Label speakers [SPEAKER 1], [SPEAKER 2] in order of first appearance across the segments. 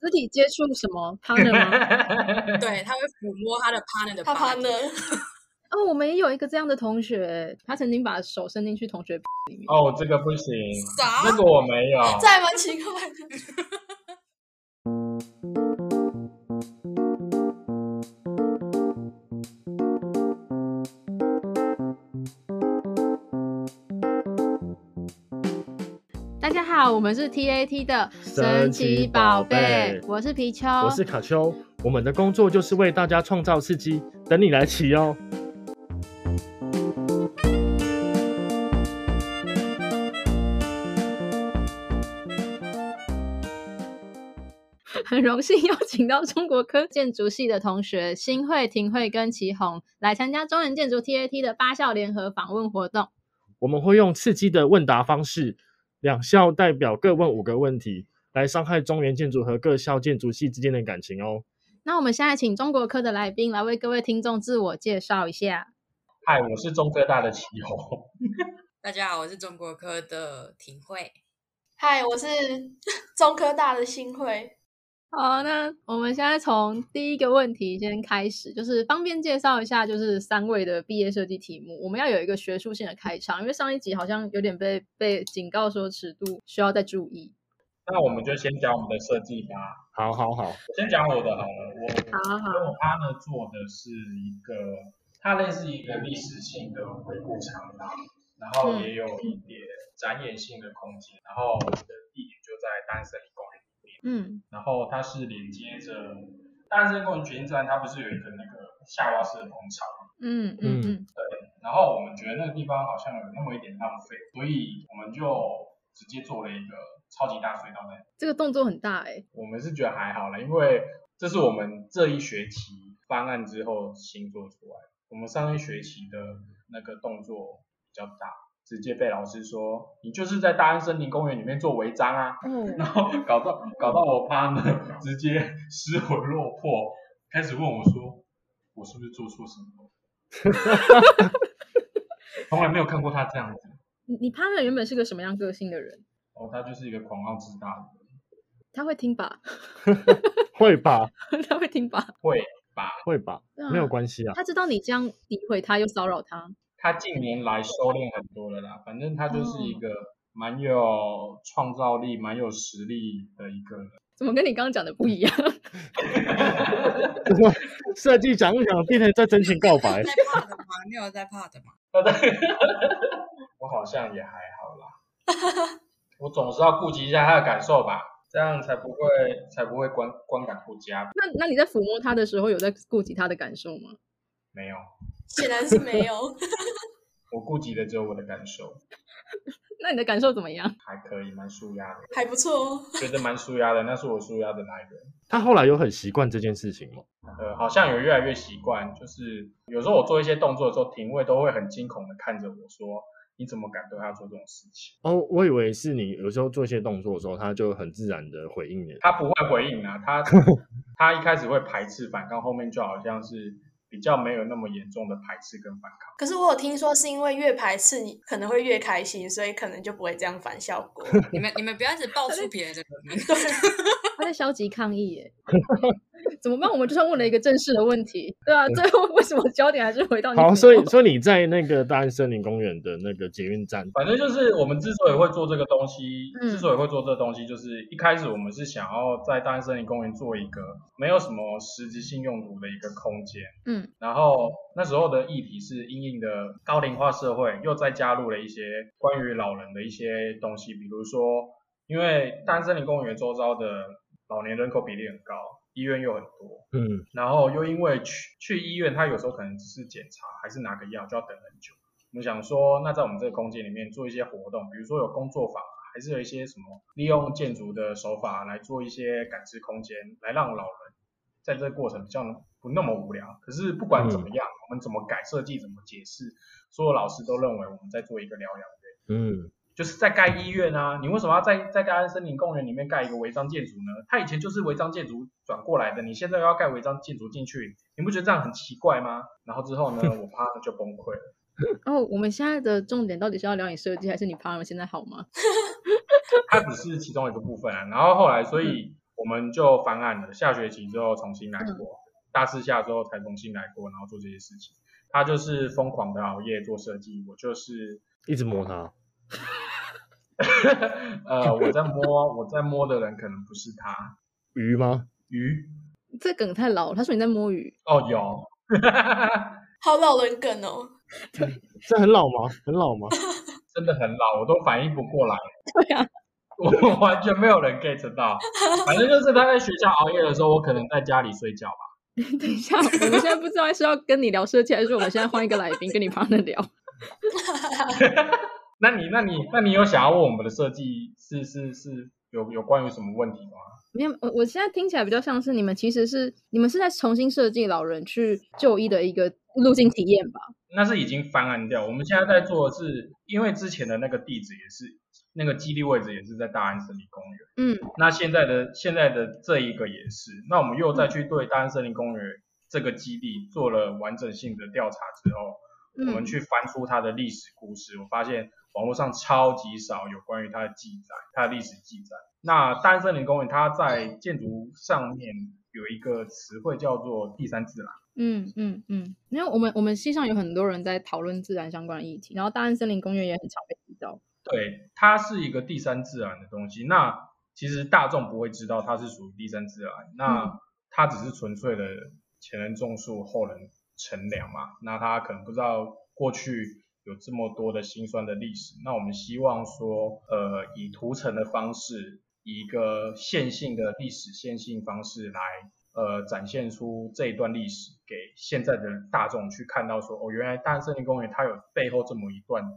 [SPEAKER 1] 肢体接触什么 partner 吗？
[SPEAKER 2] 对，他会抚摸他的 partner 的
[SPEAKER 3] 啪啪
[SPEAKER 2] partner。
[SPEAKER 3] 呢？
[SPEAKER 1] 哦，我们也有一个这样的同学，他曾经把手伸进去同 学里面。
[SPEAKER 4] 哦，这个不行，
[SPEAKER 3] 啥
[SPEAKER 4] 这个我没有。
[SPEAKER 3] 这还蛮奇怪的。
[SPEAKER 1] 大家好，我们是 TAT 的
[SPEAKER 5] 神奇宝贝
[SPEAKER 1] 我是皮丘，
[SPEAKER 5] 我是卡丘，我们的工作就是为大家创造刺激，等你来骑哦。
[SPEAKER 1] 很荣幸邀请到中国科建筑系的同学新会、廷慧跟祁宏来参加中原建筑 TAT 的八校联合访问活动。
[SPEAKER 5] 我们会用刺激的问答方式，两校代表各问五个问题，来伤害中原建筑和各校建筑系之间的感情哦。
[SPEAKER 1] 那我们现在请中国科的来宾来为各位听众自我介绍一下。
[SPEAKER 4] 嗨，我是中科大的祁宏，
[SPEAKER 2] 大家好，我是中国科的庭慧。
[SPEAKER 3] 嗨，我是中科大的新会。
[SPEAKER 1] 好，那我们现在从第一个问题先开始，就是方便介绍一下，就是三位的毕业设计题目。我们要有一个学术性的开场，因为上一集好像有点被被警告说尺度需要再注意。
[SPEAKER 4] 那我们就先讲我们的设计吧。
[SPEAKER 5] 好好好，
[SPEAKER 4] 我先讲我的好了，我
[SPEAKER 1] 好好
[SPEAKER 4] 跟我 partner 做的是一个，它类似一个历史性的回顾长廊，然后也有一点展演性的空间，然后我们的地点就在丹森林公园，
[SPEAKER 1] 嗯
[SPEAKER 4] 然后它是连接着丹森林公园捷运站，它不是有一个那个夏娃式的工厂吗
[SPEAKER 1] 嗯嗯嗯，
[SPEAKER 5] 嗯
[SPEAKER 4] 然后我们觉得那个地方好像有那么一点浪费，所以我们就直接做了一个超级大隧道在。
[SPEAKER 1] 这个动作很大哎、
[SPEAKER 4] 我们是觉得还好了，因为这是我们这一学期方案之后新做出来的。我们上一学期的那个动作比较大，直接被老师说你就是在大安森林公园里面做违章啊，
[SPEAKER 1] 哦，
[SPEAKER 4] 然后搞到搞到我趴呢，直接失魂落魄，开始问我说，我是不是做错什么？ 从来没有看过他这样子。
[SPEAKER 1] 你你 partner 原本是个什么样个性的人？
[SPEAKER 4] 哦，他就是一个狂傲自大的人，
[SPEAKER 1] 他会听吧？
[SPEAKER 5] 会吧，
[SPEAKER 1] 他会听吧？
[SPEAKER 4] 会吧？
[SPEAKER 5] 会吧，
[SPEAKER 1] 对啊
[SPEAKER 5] 没有关系啊。
[SPEAKER 1] 他知道你这样诋毁他又骚扰他，
[SPEAKER 4] 他近年来收敛很多了啦，反正他就是一个蛮有创造力、蛮有实力的一个人。
[SPEAKER 1] 怎么跟你刚刚讲的不一样？
[SPEAKER 5] 设计讲一讲，变成在真情 告白
[SPEAKER 2] 在。怕的吗？你有在怕的吗？
[SPEAKER 4] 他在我好像也还好啦，我总是要顾及一下他的感受吧，这样才不会才不会观观感不佳。
[SPEAKER 1] 那那你在抚摸他的时候，有在顾及他的感受吗？
[SPEAKER 4] 没有，
[SPEAKER 3] 显然是没有。
[SPEAKER 4] 我顾及的只有我的感受，
[SPEAKER 1] 那你的感受怎么样？
[SPEAKER 4] 还可以，蛮舒压的，
[SPEAKER 3] 还不错哦，
[SPEAKER 4] 觉得蛮舒压的。那是我舒压的来源。
[SPEAKER 5] 他后来有很习惯这件事情吗？
[SPEAKER 4] 呃，好像有越来越习惯，就是有时候我做一些动作的时候，廷尉都会很惊恐的看着我说：“你怎么敢对他做这种事情
[SPEAKER 5] 哦，我以为是你有时候做一些动作的时候，他就很自然的回应你？”。
[SPEAKER 4] 他不会回应啊，他他一开始会排斥反抗，后面就好像是比较没有那么严重的排斥跟反抗。
[SPEAKER 3] 可是我有听说是因为越排斥你可能会越开心，所以可能就不会这样反效果。
[SPEAKER 2] 你们你们不要一直爆出别人的名字。
[SPEAKER 1] 他在消极抗议 耶，怎么办？我们就算问了一个正式的问题，对啊，最后为什么焦点还是回到你抚
[SPEAKER 5] 好，
[SPEAKER 1] 摸？
[SPEAKER 5] 所以所以你在那个大安森林公园的那个捷运站，
[SPEAKER 4] 反正就是我们之所以会做这个东西，
[SPEAKER 1] 嗯
[SPEAKER 4] 之所以会做这个东西，就是一开始我们是想要在大安森林公园做一个没有什么实质性用途的一个空间。
[SPEAKER 1] 嗯
[SPEAKER 4] 然后那时候的议题是因应的高龄化社会，又再加入了一些关于老人的一些东西，比如说，因为大安森林公园周遭的老年人口比例很高，医院又很多，
[SPEAKER 5] 嗯，
[SPEAKER 4] 然后又因为去去医院，他有时候可能只是检查，还是拿个药就要等很久。我们想说，那在我们这个空间里面做一些活动，比如说有工作坊，啊还是有一些什么利用建筑的手法来做一些感知空间，来让老人在这个过程比较不那么无聊。可是不管怎么样，我们怎么改设计，怎么解释，所有老师都认为我们在做一个疗养院。
[SPEAKER 5] 嗯，
[SPEAKER 4] 就是在盖医院啊，你为什么要在在大安森林公园里面盖一个违章建筑呢？它以前就是违章建筑转过来的，你现在又要盖违章建筑进去，你不觉得这样很奇怪吗？然后之后呢，我怕就崩溃了。
[SPEAKER 1] 哦，我们现在的重点到底是要聊你设计，还是你 partner 现在好吗？
[SPEAKER 4] 它只是其中一个部分啊。然后后来，所以我们就翻案了，下学期之后重新来过，大四下之后才重新来过，然后做这些事情。他就是疯狂的熬夜做设计，我就是
[SPEAKER 5] 一直磨它。
[SPEAKER 4] 呃我在摸我在摸的人可能不是他
[SPEAKER 5] 鱼吗？
[SPEAKER 4] 鱼
[SPEAKER 1] 这梗太老了。他说你在摸鱼，
[SPEAKER 4] 哦有，
[SPEAKER 3] 好老人梗哦。
[SPEAKER 5] 这很老吗？很老吗？
[SPEAKER 4] 真的很老，我都反应不过来，
[SPEAKER 1] 对啊，
[SPEAKER 4] 我完全没有人 get 到。反正就是他在学校熬夜的时候，我可能在家里睡觉吧。
[SPEAKER 1] 等一下，我们现在不知道是要跟你聊设计，还是我们现在换一个来宾跟你 partner 聊。
[SPEAKER 4] 那你那你那你有想要问我们的设计是是是有有关于什么问题吗？
[SPEAKER 1] 没有，我我现在听起来比较像是你们其实是你们是在重新设计老人去就医的一个路径体验吧？
[SPEAKER 4] 那是已经翻案掉，我们现在在做的是，因为之前的那个地址也是那个基地位置也是在大安森林公园。
[SPEAKER 1] 嗯，
[SPEAKER 4] 那现在的现在的这一个也是，那我们又再去对大安森林公园这个基地做了完整性的调查之后，
[SPEAKER 1] 嗯
[SPEAKER 4] 我们去翻出它的历史故事，我发现网络上超级少有关于它的记载，它的历史记载。那大安森林公园它在建筑上面有一个词汇叫做第三自然。
[SPEAKER 1] 嗯嗯嗯，因为我们我们系上有很多人在讨论自然相关的议题，然后大安森林公园也很常被提到。
[SPEAKER 4] 对，它是一个第三自然的东西。那其实大众不会知道它是属于第三自然，那它只是纯粹的前人种树，后人乘凉嘛。那他可能不知道过去有这么多的辛酸的历史。那我们希望说，呃，以图层的方式，以一个线性的历史线性方式来。呃，展现出这一段历史给现在的大众去看到说，哦，原来大安森林公园它有背后这么一段的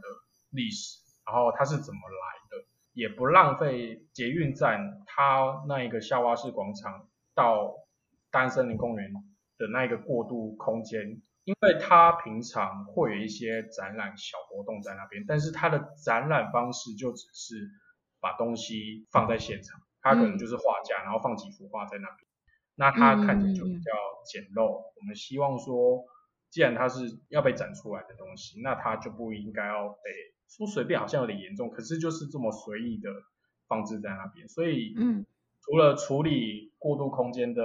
[SPEAKER 4] 历史，然后它是怎么来的，也不浪费捷运站它那一个夏娃式广场到大安森林公园的那一个过渡空间，因为它平常会有一些展览小活动在那边，但是它的展览方式就只是把东西放在现场，它可能就是画架，然后放几幅画在那边。那它看起来就比较简陋。我们希望说，既然它是要被展出来的东西，那它就不应该要被说随便，好像有点严重，可是就是这么随意的放置在那边。所以，
[SPEAKER 1] 嗯，
[SPEAKER 4] 除了处理过渡空间的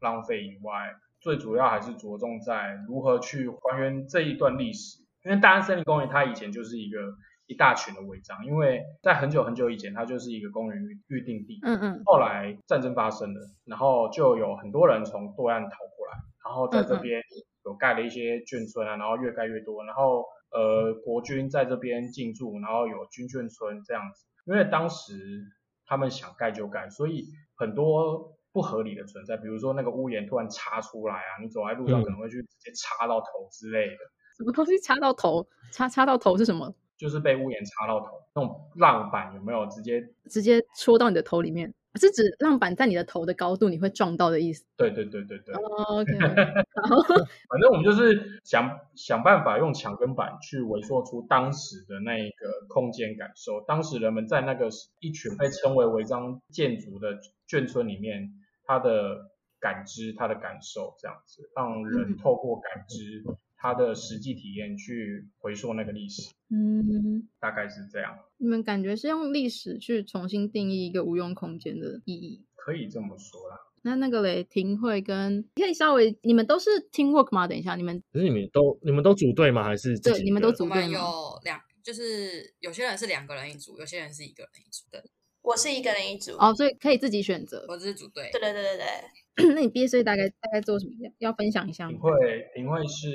[SPEAKER 4] 浪费以外，最主要还是着重在如何去还原这一段历史。因为大安森林公园它以前就是一个一大群的违章，因为在很久很久以前，它就是一个公园预预定地。
[SPEAKER 1] 嗯嗯
[SPEAKER 4] 后来战争发生了，然后就有很多人从对岸逃过来，然后在这边有盖了一些眷村啊，然后越盖越多，然后呃国军在这边进驻，然后有军眷村这样子。因为当时他们想盖就盖，所以很多不合理的存在，比如说那个屋檐突然插出来啊，你走在路上
[SPEAKER 5] 嗯
[SPEAKER 4] 可能会去直接插到头之类的，
[SPEAKER 1] 什么东西插到头？插插到头是什么？
[SPEAKER 4] 就是被屋檐插到头，那种浪板有没有直接
[SPEAKER 1] 直接戳到你的头里面，是指浪板在你的头的高度你会撞到的意思。
[SPEAKER 4] 对对对对对，
[SPEAKER 1] 哦 OK，, o k
[SPEAKER 4] 反正我们就是想想办法用墙根板去回溯出当时的那一个空间感受，当时人们在那个一群被称为违章建筑的眷村里面，他的感知、他的感受这样子，让人透过感知他的实际体验去回溯那个历史，
[SPEAKER 1] 嗯，
[SPEAKER 4] 大概是这样，
[SPEAKER 1] 你们感觉是用历史去重新定义一个无用空间的意义？
[SPEAKER 4] 可以这么说啦。
[SPEAKER 1] 那那个嘞，庭会跟可以稍微，你们都是 team work 吗？等一下，你们
[SPEAKER 5] 可是你们都你们都组队吗？还是自
[SPEAKER 1] 对
[SPEAKER 5] 己一
[SPEAKER 1] 你们都
[SPEAKER 5] 个人
[SPEAKER 1] 组
[SPEAKER 2] 我
[SPEAKER 1] 队
[SPEAKER 2] 们
[SPEAKER 1] 吗
[SPEAKER 2] 有两，就是有些人是两个人一组，有些人是一个人一组。对，
[SPEAKER 3] 我是一个人一组。
[SPEAKER 1] 哦，所以可以自己选择。
[SPEAKER 2] 我只是组队
[SPEAKER 3] 对。对对对对，
[SPEAKER 1] 那你毕业设计大概大概做什么？要分享一下
[SPEAKER 4] 评
[SPEAKER 1] 吗？
[SPEAKER 4] 会评会是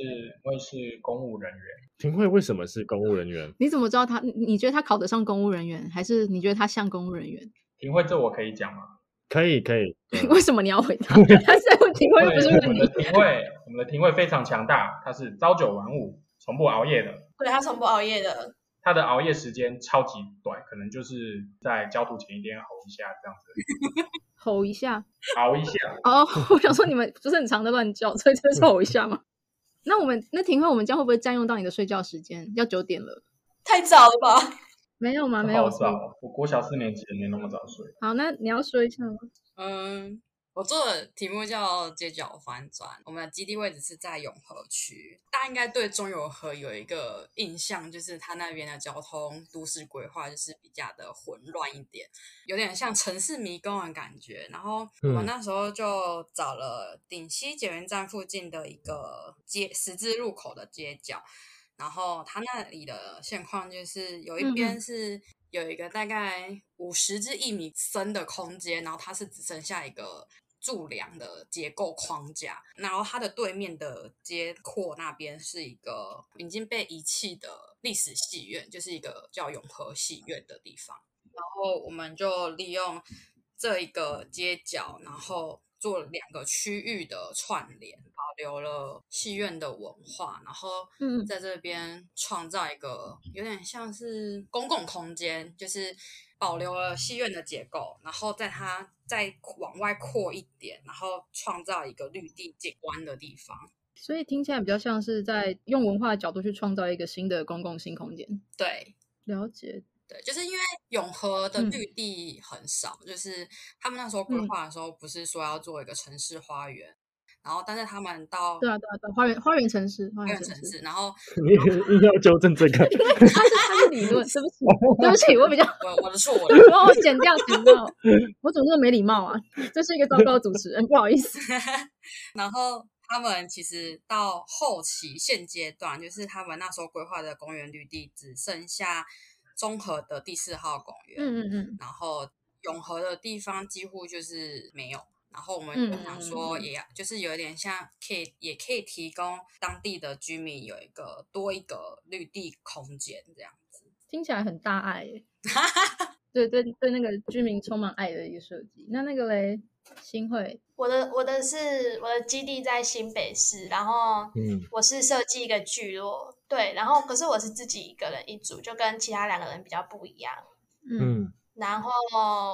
[SPEAKER 4] 会是公务人员，
[SPEAKER 5] 庭慧为什么是公务人员？
[SPEAKER 1] 你怎么知道他？你你觉得他考得上公务人员，还是你觉得他像公务人员？
[SPEAKER 4] 评会这我可以讲吗？
[SPEAKER 5] 可以可以， 对
[SPEAKER 1] 为什么你要回答？ 他是问庭会，
[SPEAKER 4] 对，
[SPEAKER 1] 不是
[SPEAKER 4] 我
[SPEAKER 1] 问
[SPEAKER 4] 们
[SPEAKER 1] 你
[SPEAKER 4] 的。庭卫，我们的庭卫非常强大，他是朝九晚五，从不熬夜的。
[SPEAKER 3] 对他从不熬夜的，
[SPEAKER 4] 他的熬夜时间超级短，可能就是在焦土前一天熬一下这样子，
[SPEAKER 1] 吼一下，
[SPEAKER 4] 熬一下。
[SPEAKER 1] 哦，我想说你们不是很常在乱叫，所以这是吼一下吗？那我们那庭会我们这样会不会占用到你的睡觉时间？要九点了，
[SPEAKER 3] 太早了吧？
[SPEAKER 1] 没有吗？没有
[SPEAKER 4] 好
[SPEAKER 1] 是吗。
[SPEAKER 4] 早，我国小四年级没那么早睡。
[SPEAKER 1] 好，那你要说一下吗？
[SPEAKER 2] 嗯，我做的题目叫街角翻转，我们的基地位置是在永和区。大家应该对中永和有一个印象，就是它那边的交通都市规划就是比较的混乱一点，有点像城市迷宫的感觉。然后我
[SPEAKER 5] 嗯
[SPEAKER 2] 们那时候就找了顶溪捷运站附近的一个街十字路口的街角，然后它那里的现况就是有一
[SPEAKER 1] 嗯
[SPEAKER 2] 边是有一个大概五十至一米深的空间，然后它是只剩下一个柱梁的结构框架，然后它的对面的街廓那边是一个已经被遗弃的历史戏院，就是一个叫永和戏院的地方。然后我们就利用这一个街角，然后做了两个区域的串联，保留了戏院的文化，然后
[SPEAKER 1] 嗯
[SPEAKER 2] 在这边创造一个有点像是公共空间，就是保留了戏院的结构，然后在它再往外扩一点，然后创造一个绿地景观的地方。
[SPEAKER 1] 所以听起来比较像是在用文化的角度去创造一个新的公共性空间。
[SPEAKER 2] 对，
[SPEAKER 1] 了解，
[SPEAKER 2] 对，就是因为永和的
[SPEAKER 1] 嗯
[SPEAKER 2] 绿地很少，就是他们那时候规
[SPEAKER 1] 嗯
[SPEAKER 2] 划的时候，不是说要做一个城市花园，然后但是他们到
[SPEAKER 1] 对啊，啊对啊，对啊，花园花园城市，花
[SPEAKER 2] 花
[SPEAKER 1] 园
[SPEAKER 2] 园
[SPEAKER 1] 城
[SPEAKER 2] 城
[SPEAKER 1] 市，
[SPEAKER 2] 市，然后
[SPEAKER 5] 你硬要纠正这 个，
[SPEAKER 1] 它是它是理论，对不起，对不起，我比较，
[SPEAKER 2] 我我的 错，我的错
[SPEAKER 1] 我我剪掉剪掉，我怎么这么没礼貌啊？这是一个糟糕的主持人，不好意思。
[SPEAKER 2] 然后他们其实到后期现阶段，就是他们那时候规划的公园绿地只剩下综合的第四号公园，
[SPEAKER 1] 嗯嗯嗯，
[SPEAKER 2] 然后永和的地方几乎就是没有。然后我们就想说，
[SPEAKER 1] 嗯
[SPEAKER 2] 也要就是有点像可以，也可以提供当地的居民有一个多一个绿地空间这样子。
[SPEAKER 1] 听起来很大爱 耶。对对对，那个居民充满爱的一个设计。那那个嘞，新会，
[SPEAKER 3] 我的我的是我的基地在新北市，然后
[SPEAKER 5] 嗯，
[SPEAKER 3] 我是设计一个聚落，对，然后可是我是自己一个人一组，就跟其他两个人比较不一样。
[SPEAKER 1] 嗯
[SPEAKER 5] 嗯
[SPEAKER 3] 然后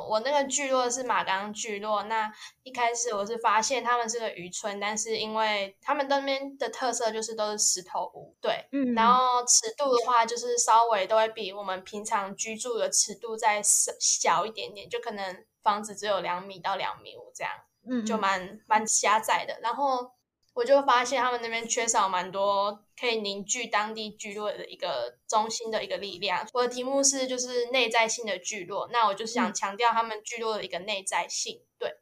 [SPEAKER 3] 我那个聚落是马冈聚落，那一开始我是发现他们是个渔村，但是因为他们那边的特色就是都是石头屋，对，
[SPEAKER 1] 嗯
[SPEAKER 3] 然后尺度的话，就是稍微都会比我们平常居住的尺度再小小一点点，就可能房子只有两米到两米五这样，
[SPEAKER 1] 嗯
[SPEAKER 3] 就蛮蛮狭窄的。然后我就发现他们那边缺少蛮多可以凝聚当地聚落的一个中心的一个力量。我的题目是就是内在性的聚落，那我就想强调他们聚落的一个内在性，对。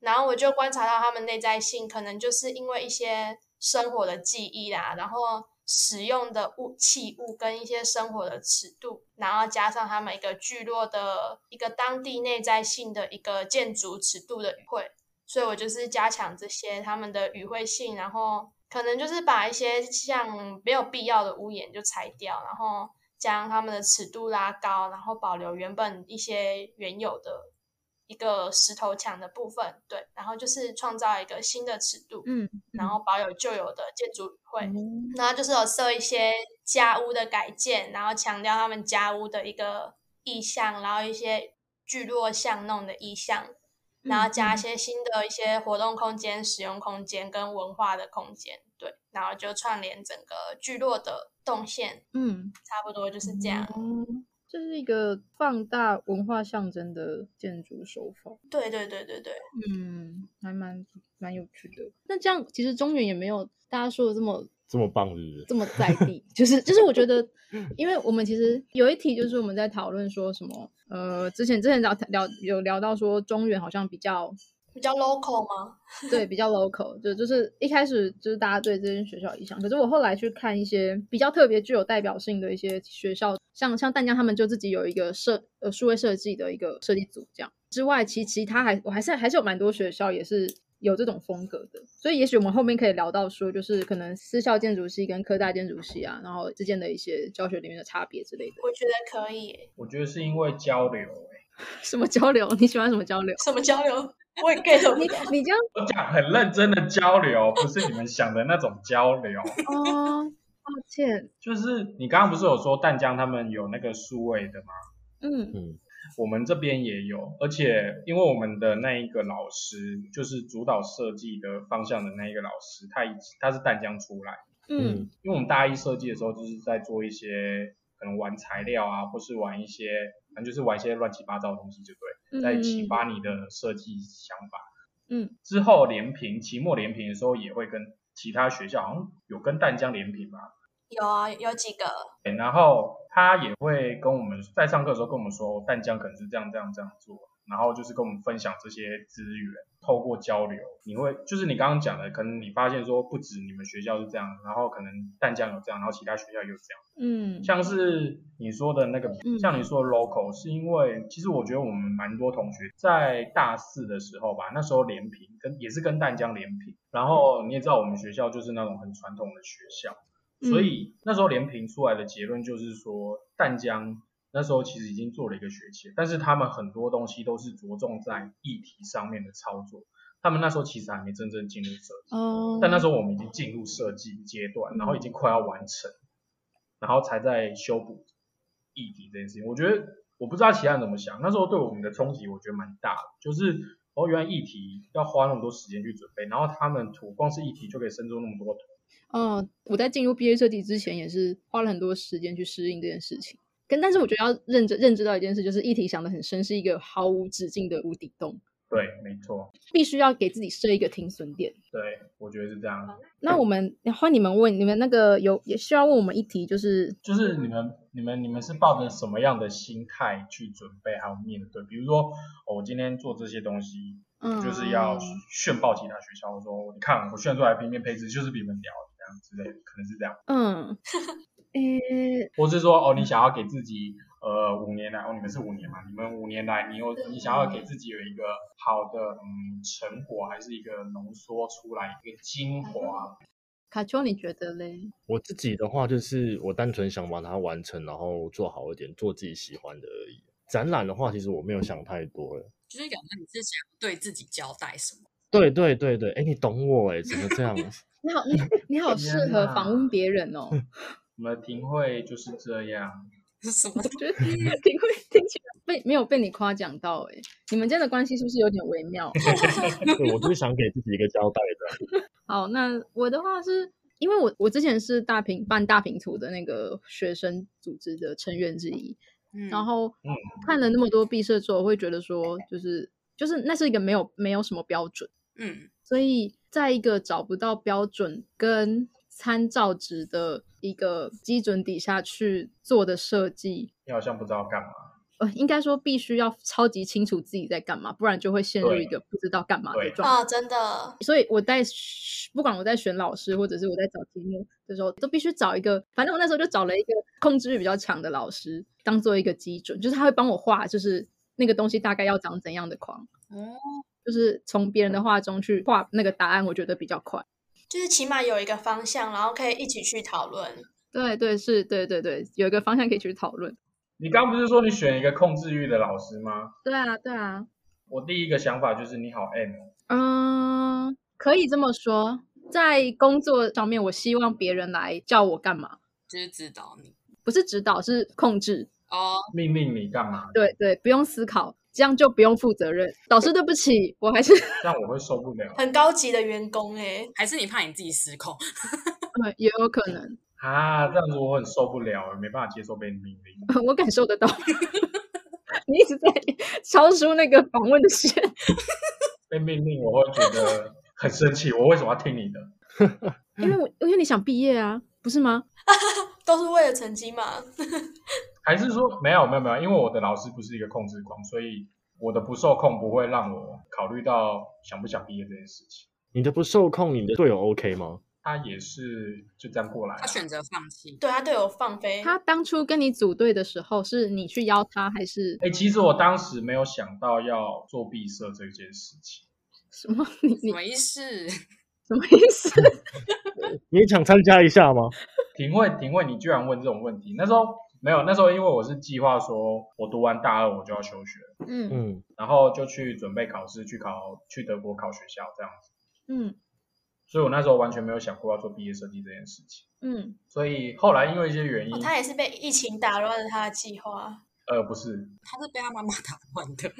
[SPEAKER 3] 然后我就观察到他们内在性，可能就是因为一些生活的记忆啦，然后使用的物器物跟一些生活的尺度，然后加上他们一个聚落的一个当地内在性的一个建筑尺度的语汇，所以我就是加强这些他们的语汇性，然后可能就是把一些像没有必要的屋檐就拆掉，然后将他们的尺度拉高，然后保留原本一些原有的一个石头墙的部分，对，然后就是创造一个新的尺度，
[SPEAKER 1] 嗯，
[SPEAKER 3] 然后保有旧有的建筑语汇，
[SPEAKER 1] 嗯
[SPEAKER 3] 然后就是有设一些家屋的改建，然后强调他们家屋的一个意向，然后一些聚落巷弄的意向，然后加一些新的一些活动空间、使用空间跟文化的空间，对，然后就串联整个聚落的动线，
[SPEAKER 1] 嗯，
[SPEAKER 3] 差不多就是这样。
[SPEAKER 1] 哦这是一个放大文化象征的建筑手法。
[SPEAKER 3] 对对对对对，
[SPEAKER 1] 嗯，还蛮蛮有趣的。那这样其实中原也没有大家说的这么
[SPEAKER 5] 这么棒是不是？
[SPEAKER 1] 这么在地，就是就是我觉 得，因为我们其实有一题就是我们在讨论说什么，呃，之前之前聊聊有聊到说中原好像比较
[SPEAKER 3] 比较 local 吗？
[SPEAKER 1] 对，比较 local，就就是一开始就是大家对这间学校有印象，可是我后来去看一些比较特别具有代表性的一些学校，像像淡江他们就自己有一个设呃数位设计的一个设计组这样。之外，其其他还我还是还是有蛮多学校也是有这种风格的，所以也许我们后面可以聊到说，就是可能私校建筑系跟科大建筑系啊，然后之间的一些教学里面的差别之类的。
[SPEAKER 3] 我觉得可以耶。
[SPEAKER 4] 我觉得是因为交流、欸，
[SPEAKER 1] 什么交流？ 你喜欢什么交流？
[SPEAKER 3] 什么交流？我也 get 不
[SPEAKER 1] 你
[SPEAKER 3] 到。
[SPEAKER 1] 你这样
[SPEAKER 4] 我讲很认真的交流，不是你们想的那种交流。
[SPEAKER 1] 哦，抱歉，
[SPEAKER 4] 就是你刚刚不是有说淡江他们有那个数位的吗？
[SPEAKER 1] 嗯
[SPEAKER 4] 我们这边也有，而且因为我们的那一个老师，就是主导设计的方向的那一个老师，他一他是淡江出来，
[SPEAKER 1] 嗯
[SPEAKER 5] 嗯
[SPEAKER 4] 因为我们大一设计的时候就是在做一些可能玩材料啊，或是玩一些，反正就是玩一些乱七八糟的东西，就对，在
[SPEAKER 1] 嗯
[SPEAKER 4] 启发你的设计想法。
[SPEAKER 1] 嗯，
[SPEAKER 4] 之后联评期末联评的时候也会跟其他学校，好像有跟淡江联评吧，
[SPEAKER 3] 有啊，有几个，
[SPEAKER 4] 对然后他也会跟我们在上课的时候跟我们说，淡江可能是这样这样这样做，然后就是跟我们分享这些资源，透过交流，你会就是你刚刚讲的，可能你发现说不止你们学校是这样，然后可能淡江有这样，然后其他学校也有这样，
[SPEAKER 1] 嗯，
[SPEAKER 4] 像是你说的那个
[SPEAKER 1] 嗯，
[SPEAKER 4] 像你说的 local，是因为其实我觉得我们蛮多同学在大四的时候吧，那时候联评跟也是跟淡江联评，然
[SPEAKER 1] 嗯
[SPEAKER 4] 后你也知道我们学校就是那种很传统的学校。所以那时候连评出来的结论就是说，淡江那时候其实已经做了一个学期，但是他们很多东西都是着重在议题上面的操作。他们那时候其实还没真正进入设计，
[SPEAKER 1] 哦，
[SPEAKER 4] 但那时候我们已经进入设计阶段，然后已经快要完成，然后才在修补议题这件事情。我觉得我不知道其他人怎么想，那时候对我们的冲击我觉得蛮大的，就是哦，原来议题要花那么多时间去准备，然后他们图光是议题就可以生出那么多图。
[SPEAKER 1] 嗯，我在进入毕业设计之前，也是花了很多时间去适应这件事情。跟但是我觉得要认知认知到一件事，就是议题想得很深，是一个毫无止境的无底洞，
[SPEAKER 4] 对，没错。
[SPEAKER 1] 必须要给自己设一个停损点。
[SPEAKER 4] 对，我觉得是这样。
[SPEAKER 1] 那我们换你们问，你们那个有也需要问我们一题，就是
[SPEAKER 4] 就是你们、你们、你们是抱着什么样的心态去准备还有面对？比如说，哦、我今天做这些东西，
[SPEAKER 1] 嗯，
[SPEAKER 4] 就是要炫爆其他学校，我说你看我炫出来的平面配置就是比你们屌，这样之类的，可能是这样。
[SPEAKER 1] 嗯，诶、
[SPEAKER 4] 或是说，哦，你想要给自己，呃，五年来，哦，你们是五年嘛？你们五年来，你有你想要给自己有一个好的嗯成果，还是一个浓缩出来一个精华？
[SPEAKER 1] 卡丘，你觉得嘞？
[SPEAKER 5] 我自己的话，就是我单纯想把它完成，然后做好一点，做自己喜欢的而已。展览的话，其实我没有想太多了。
[SPEAKER 2] 就是感觉你是想对自己交代什么？
[SPEAKER 5] 对对对对，哎，你懂我哎，怎么这样？
[SPEAKER 1] 你好， 你你好适
[SPEAKER 4] 天
[SPEAKER 1] 合
[SPEAKER 4] 哪
[SPEAKER 1] 访问别人 哦，
[SPEAKER 4] 我们的庭会就是这样。
[SPEAKER 2] 什么？
[SPEAKER 1] 我觉得挺会听起来被没有被你夸奖到诶、你们之间的关系是不是有点微 妙？
[SPEAKER 5] 对我就是想给自己一个交代的。
[SPEAKER 1] 好，那我的话是因为我我之前是大平办大平图的那个学生组织的成员之一，
[SPEAKER 2] 嗯
[SPEAKER 1] 然后
[SPEAKER 4] 嗯
[SPEAKER 1] 看了那么多毕设之后，我会觉得说，就是就是那是一个没有没有什么标准，
[SPEAKER 2] 嗯，
[SPEAKER 1] 所以在一个找不到标准跟参照值的一个基准底下去做的设计。
[SPEAKER 4] 你好像不知道干嘛。
[SPEAKER 1] 呃，应该说必须要超级清楚自己在干嘛，不然就会陷入
[SPEAKER 4] 对
[SPEAKER 1] 一个不知道干嘛的
[SPEAKER 4] 对
[SPEAKER 1] 状态。
[SPEAKER 3] 啊，真的，
[SPEAKER 1] 所以我在选不管我在选老师，或者是我在找题目的时候，都必须找一个。反正我那时候就找了一个控制欲比较强的老师，当做一个基准，就是他会帮我画，就是那个东西大概要长怎样的框，
[SPEAKER 2] 哦，
[SPEAKER 1] 就是从别人的画中去画那个答案，我觉得比较快。
[SPEAKER 3] 就是起码有一个方向，然后可以一起去讨论。
[SPEAKER 1] 对对是，对对对，有一个方向可以去讨论。
[SPEAKER 4] 你刚不是说你选一个控制欲的老师吗？
[SPEAKER 1] 对啊，对啊，
[SPEAKER 4] 我第一个想法就是你好 M，哦
[SPEAKER 1] 嗯、可以这么说，在工作上面，我希望别人来叫我干嘛，
[SPEAKER 2] 就是指导你
[SPEAKER 1] 不是指导，是控制。
[SPEAKER 2] 哦，
[SPEAKER 4] 命令你干嘛？
[SPEAKER 1] 对对，不用思考，这样就不用负责任。老师，对不起，我还是
[SPEAKER 4] 这样我会受不了
[SPEAKER 3] 很高级的员工哎、
[SPEAKER 2] 还是你怕你自己失控？
[SPEAKER 1] 嗯也有可能，
[SPEAKER 4] 啊！这样子我很受不了，没办法接受被命令。
[SPEAKER 1] 我感受得到。 你一直在超出那个访问的线，
[SPEAKER 4] 被命令我会觉得很生气，我为什么要听你的？
[SPEAKER 1] 因为我因为你想毕业啊，不是吗？
[SPEAKER 3] 都是为了成绩嘛。
[SPEAKER 4] 还是说没有没有没有，因为我的老师不是一个控制狂，所以我的不受控不会让我考虑到想不想毕业这件事情。
[SPEAKER 5] 你的不受控，你的队友 OK 吗？
[SPEAKER 4] 他也是就这样过来啊
[SPEAKER 2] 他，选择放弃，
[SPEAKER 3] 对他队友放飞，
[SPEAKER 1] 他当初跟你组队的时候，是你去邀他，还是
[SPEAKER 4] 哎、其实我当时没有想到要做毕设这件事情。
[SPEAKER 1] 什么？ 你
[SPEAKER 2] 什
[SPEAKER 1] 你
[SPEAKER 2] 么意思？
[SPEAKER 1] 什么意思？
[SPEAKER 5] 你也想参加一下吗？
[SPEAKER 4] 廷慧，廷慧，你居然问这种问题？那时候没有，那时候因为我是计划说，我读完大二我就要休学，
[SPEAKER 1] 嗯
[SPEAKER 5] 嗯，
[SPEAKER 4] 然后就去准备考试，去考去德国考学校这样子。
[SPEAKER 1] 嗯
[SPEAKER 4] 所以我那时候完全没有想过要做毕业设计这件事情。
[SPEAKER 1] 嗯，
[SPEAKER 4] 所以后来因为一些原因，
[SPEAKER 3] 哦他也是被疫情打乱了他的计划。
[SPEAKER 4] 呃，不是，
[SPEAKER 2] 他是被他妈妈打乱的。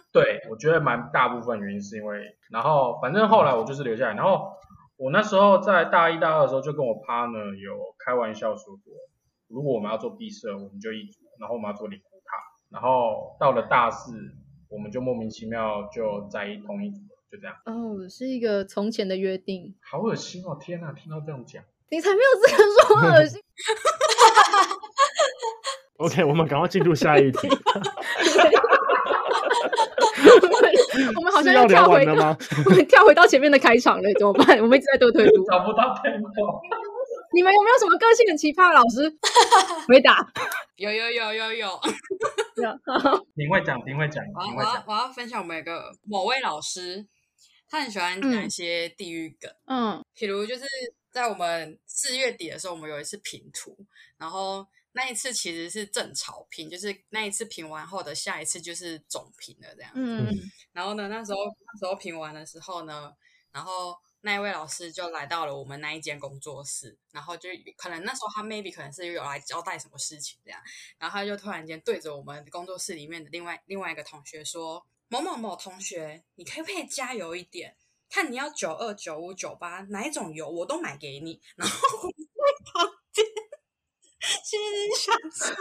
[SPEAKER 4] 对，我觉得蛮大部分原因是因为，然后反正后来我就是留下来，然后我那时候在大一大二的时候就跟我 partner 有开玩笑说过，如果我们要做毕设，我们就一组，然后我们要做灵骨塔，然后到了大四，我们就莫名其妙就在同一组了，就这样。
[SPEAKER 1] 哦，是一个从前的约定。
[SPEAKER 4] 好恶心哦！天哪，听到这样讲，
[SPEAKER 1] 你才没有资格说我恶心。
[SPEAKER 5] OK，我们赶快进入下一题，
[SPEAKER 1] 我们 好
[SPEAKER 5] 是
[SPEAKER 1] 像
[SPEAKER 5] 要
[SPEAKER 1] 又
[SPEAKER 5] 聊
[SPEAKER 1] 跳
[SPEAKER 5] 完
[SPEAKER 1] 回
[SPEAKER 5] 了
[SPEAKER 1] 到
[SPEAKER 5] 吗？
[SPEAKER 1] 我们跳回到前面的开场了，怎么办？我们一直在 多推读。
[SPEAKER 4] 找不到朋友。
[SPEAKER 1] 你们有没有什么个性很奇葩的老师？回答。
[SPEAKER 2] 有有有有有，
[SPEAKER 4] 你会讲，你会讲，
[SPEAKER 2] 我要
[SPEAKER 4] 你
[SPEAKER 2] 我
[SPEAKER 4] 会
[SPEAKER 2] 要
[SPEAKER 4] 讲。
[SPEAKER 2] 我要分享我们有个某位老师，他很喜欢讲一
[SPEAKER 1] 嗯
[SPEAKER 2] 些地域梗。
[SPEAKER 1] 嗯
[SPEAKER 2] 譬如就是在我们四月底的时候，我们有一次评图，然后那一次其实是正草评，就是那一次评完后的下一次就是总评了这样。
[SPEAKER 1] 嗯
[SPEAKER 2] 然后呢，那时候那时候评完的时候呢，然后那一位老师就来到了我们那一间工作室，然后就可能那时候他 maybe 可能是有来交代什么事情这样，然后他就突然间对着我们工作室里面的另外另外一个同学说：“某某某同学，你可不可以加油一点？看你要九二、九五、九八哪一种油，我都买给你。”然后我在旁边 心里想说：“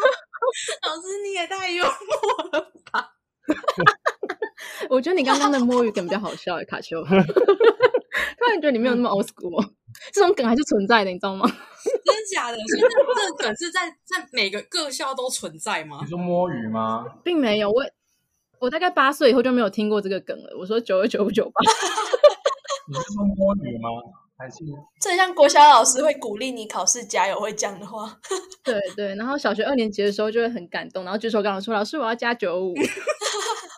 [SPEAKER 2] 老师你也太幽默了吧。”
[SPEAKER 1] 我觉得你刚刚的摸鱼梗比较好笑，欸卡 修。突然觉得你没有那么 old school，、哦、这种梗还是存在的，你知道吗？
[SPEAKER 2] 真假的？所以这这梗是在在每个各校都存在吗
[SPEAKER 4] 你？说摸鱼吗？
[SPEAKER 1] 并没有，我我大概八岁以后就没有听过这个梗了。我说九二九五九八，
[SPEAKER 4] 你是说摸鱼吗？还是
[SPEAKER 3] 这很像国小老师会鼓励你考试加油会讲的话，
[SPEAKER 1] 对对。然后小学二年级的时候就会很感动，然后举手跟老师说：“老师，我要加九五。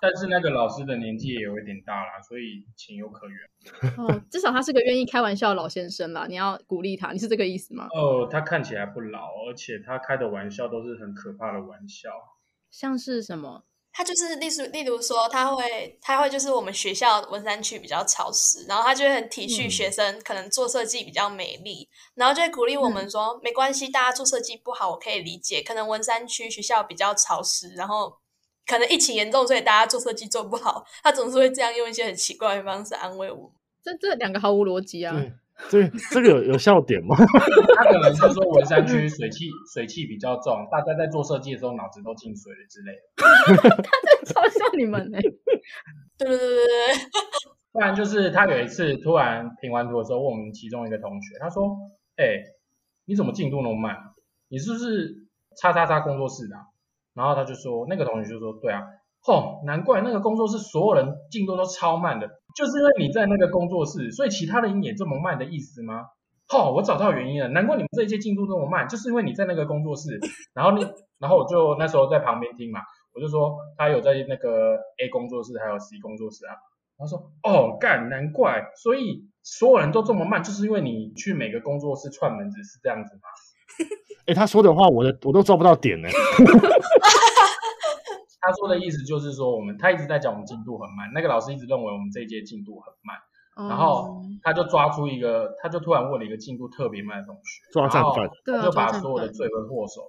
[SPEAKER 4] 但是那个老师的年纪也有一点大啦，所以情有可原。”
[SPEAKER 1] 哦，至少他是个愿意开玩笑的老先生啦，你要鼓励他，你是这个意思吗？
[SPEAKER 4] 哦，他看起来不老，而且他开的玩笑都是很可怕的玩笑。
[SPEAKER 1] 像是什么？
[SPEAKER 3] 他就是例如例如说他会他会就是我们学校文山区比较潮湿，然后他就会很体恤
[SPEAKER 4] 嗯
[SPEAKER 3] 学生可能做设计比较美丽，然后就会鼓励我们说、没关系，大家做设计不好我可以理解，可能文山区学校比较潮湿，然后。可能疫情严重，所以大家做设计做不好。他总是会这样用一些很奇怪的方式安慰我。
[SPEAKER 1] 这这两个毫无逻辑啊！
[SPEAKER 5] 对，嗯这个这个有有笑点吗？
[SPEAKER 4] 他可能是说文山区水汽水汽比较重，大家在做设计的时候脑子都进水了之类的。
[SPEAKER 1] 嘲笑你们欸呢、
[SPEAKER 3] 对对对对对对，
[SPEAKER 4] 不然就是他有一次突然评完图的时候，问我们其中一个同学，他说：“哎、你怎么进度那么慢？你是不是叉叉叉工作室的啊、然后他就说，那个同学就说：“对啊，吼、难怪那个工作室所有人进度都超慢的，就是因为你在那个工作室，所以其他人也这么慢的意思吗？”吼、我找到原因了，难怪你们这一届进度这么慢，就是因为你在那个工作室。然后你，然后我就那时候在旁边听嘛，我就说他有在那个 A 工作室，还有 C 工作室啊。他说：“哦，干，难怪，所以所有人都这么慢，就是因为你去每个工作室串门子是这样子吗？
[SPEAKER 5] 哎，他说的话，我的我都抓不到点呢。
[SPEAKER 4] 他说的意思就是说，我们他一直在讲我们进度很慢，那个老师一直认为我们这一届进度很慢，然后
[SPEAKER 1] 哦
[SPEAKER 4] 他就抓出一个，他就突然问了一个进度特别慢的同学，
[SPEAKER 5] 抓战犯
[SPEAKER 4] 然后
[SPEAKER 1] 对啊
[SPEAKER 4] 他就把
[SPEAKER 1] 抓战犯
[SPEAKER 4] 所有的罪魁祸首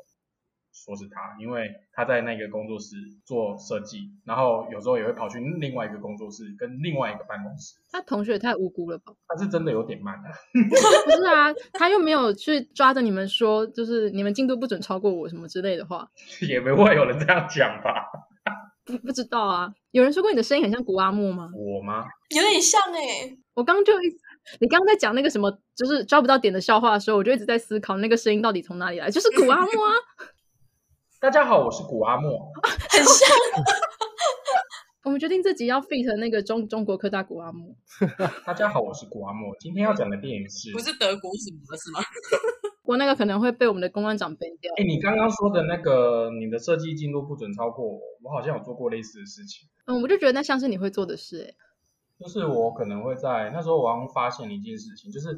[SPEAKER 4] 说是他，因为他在那个工作室做设计，然后有时候也会跑去另外一个工作室跟另外一个办公室，
[SPEAKER 1] 他同学也太无辜了吧？
[SPEAKER 4] 他是真的有点慢啊的、
[SPEAKER 1] 不是啊，他又没有去抓着你们说，就是你们进度不准超过我什么之类的话，
[SPEAKER 4] 也不会有人这样讲吧？
[SPEAKER 1] 不不知道啊。有人说过你的声音很像古阿莫吗？
[SPEAKER 4] 我吗？
[SPEAKER 3] 有点像哎、
[SPEAKER 1] 我刚刚就一直，你刚刚在讲那个什么，就是抓不到点的笑话的时候，我就一直在思考那个声音到底从哪里来，就是古阿莫啊。
[SPEAKER 4] 大家好，我是古阿莫。
[SPEAKER 3] 很像。
[SPEAKER 1] 我们决定这集要 fit 那个中中国科大古阿莫，
[SPEAKER 4] 大家好，我是古阿莫。今天要讲的电影是
[SPEAKER 2] 不，是德国什么的，是吗？
[SPEAKER 1] 我那个可能会被我们的公关长 ban 掉。
[SPEAKER 4] 哎，你刚刚说的那个，你的设计进度不准超过我，我好像有做过类似的事情，
[SPEAKER 1] 嗯，我就觉得那像是你会做的事、欸，
[SPEAKER 4] 就是我可能会在那时候，我好像发现了一件事情，就是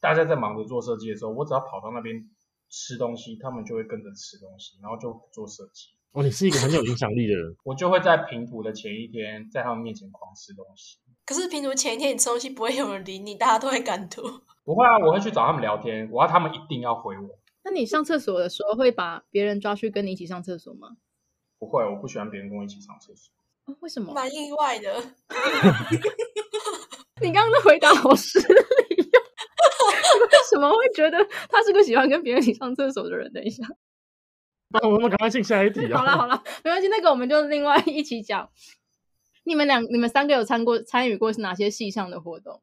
[SPEAKER 4] 大家在忙着做设计的时候，我只要跑到那边吃东西，他们就会跟着吃东西，然后就不做设计。
[SPEAKER 5] 哦，你是一个很有影响力的人，
[SPEAKER 4] 我就会在平图的前一天，在他们面前狂吃东西。
[SPEAKER 3] 可是平图前一天你吃东西不会有人理你，大家都会赶图。
[SPEAKER 4] 不会啊，我会去找他们聊天，我要他们一定要回我。
[SPEAKER 1] 那你上厕所的时候会把别人抓去跟你一起上厕所吗？
[SPEAKER 4] 不会，我不喜欢别人跟我一起上厕所。
[SPEAKER 1] 哦为什么？
[SPEAKER 3] 蛮意外的。
[SPEAKER 1] 你刚刚的回答好失礼呀、 为什么会觉得他是个喜欢跟别人一起上厕所的人？等一下，
[SPEAKER 5] 那我们赶快进下一题啊。
[SPEAKER 1] 好啦好啦，没关系，那个我们就另外一起讲。你们两、你们三个有参过、参与过是哪些系上的活动？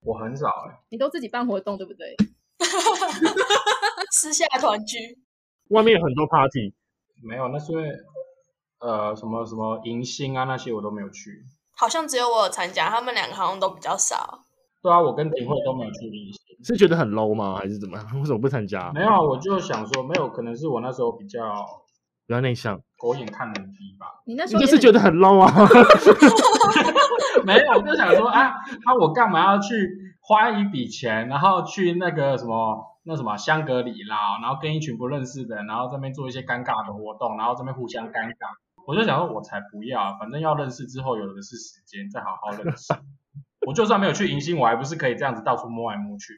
[SPEAKER 4] 我很少哎、
[SPEAKER 1] 你都自己办活动对不对？
[SPEAKER 3] 私下团聚，
[SPEAKER 5] 外面有很多 party，
[SPEAKER 4] 没有，那是因为呃什么什么迎新啊那些我都没有去。
[SPEAKER 3] 好像只有我有参加，他们两个好像都比较少。
[SPEAKER 4] 对啊，我跟廷慧都没有去迎新。
[SPEAKER 5] 是觉得很 low 吗？还是怎么样？ 为什么不参加？
[SPEAKER 4] 没有啊，我就想说没有，可能是我那时候比较
[SPEAKER 5] 比较内向，
[SPEAKER 4] 狗眼看人低吧。
[SPEAKER 1] 你那时
[SPEAKER 5] 你
[SPEAKER 1] 候
[SPEAKER 5] 就
[SPEAKER 1] 也
[SPEAKER 5] 是
[SPEAKER 1] 很
[SPEAKER 5] 觉得很 low 啊。
[SPEAKER 4] 没有，我就想说啊啊，我干嘛要去花一笔钱，然后去那个什么那什么香格里拉，然后跟一群不认识的人，然后这边做一些尴尬的活动，然后这边互相尴尬。我就想说，我才不要，啊反正要认识之后有的是时间，再好好认识。我就算没有去迎新，我还不是可以这样子到处摸来摸去？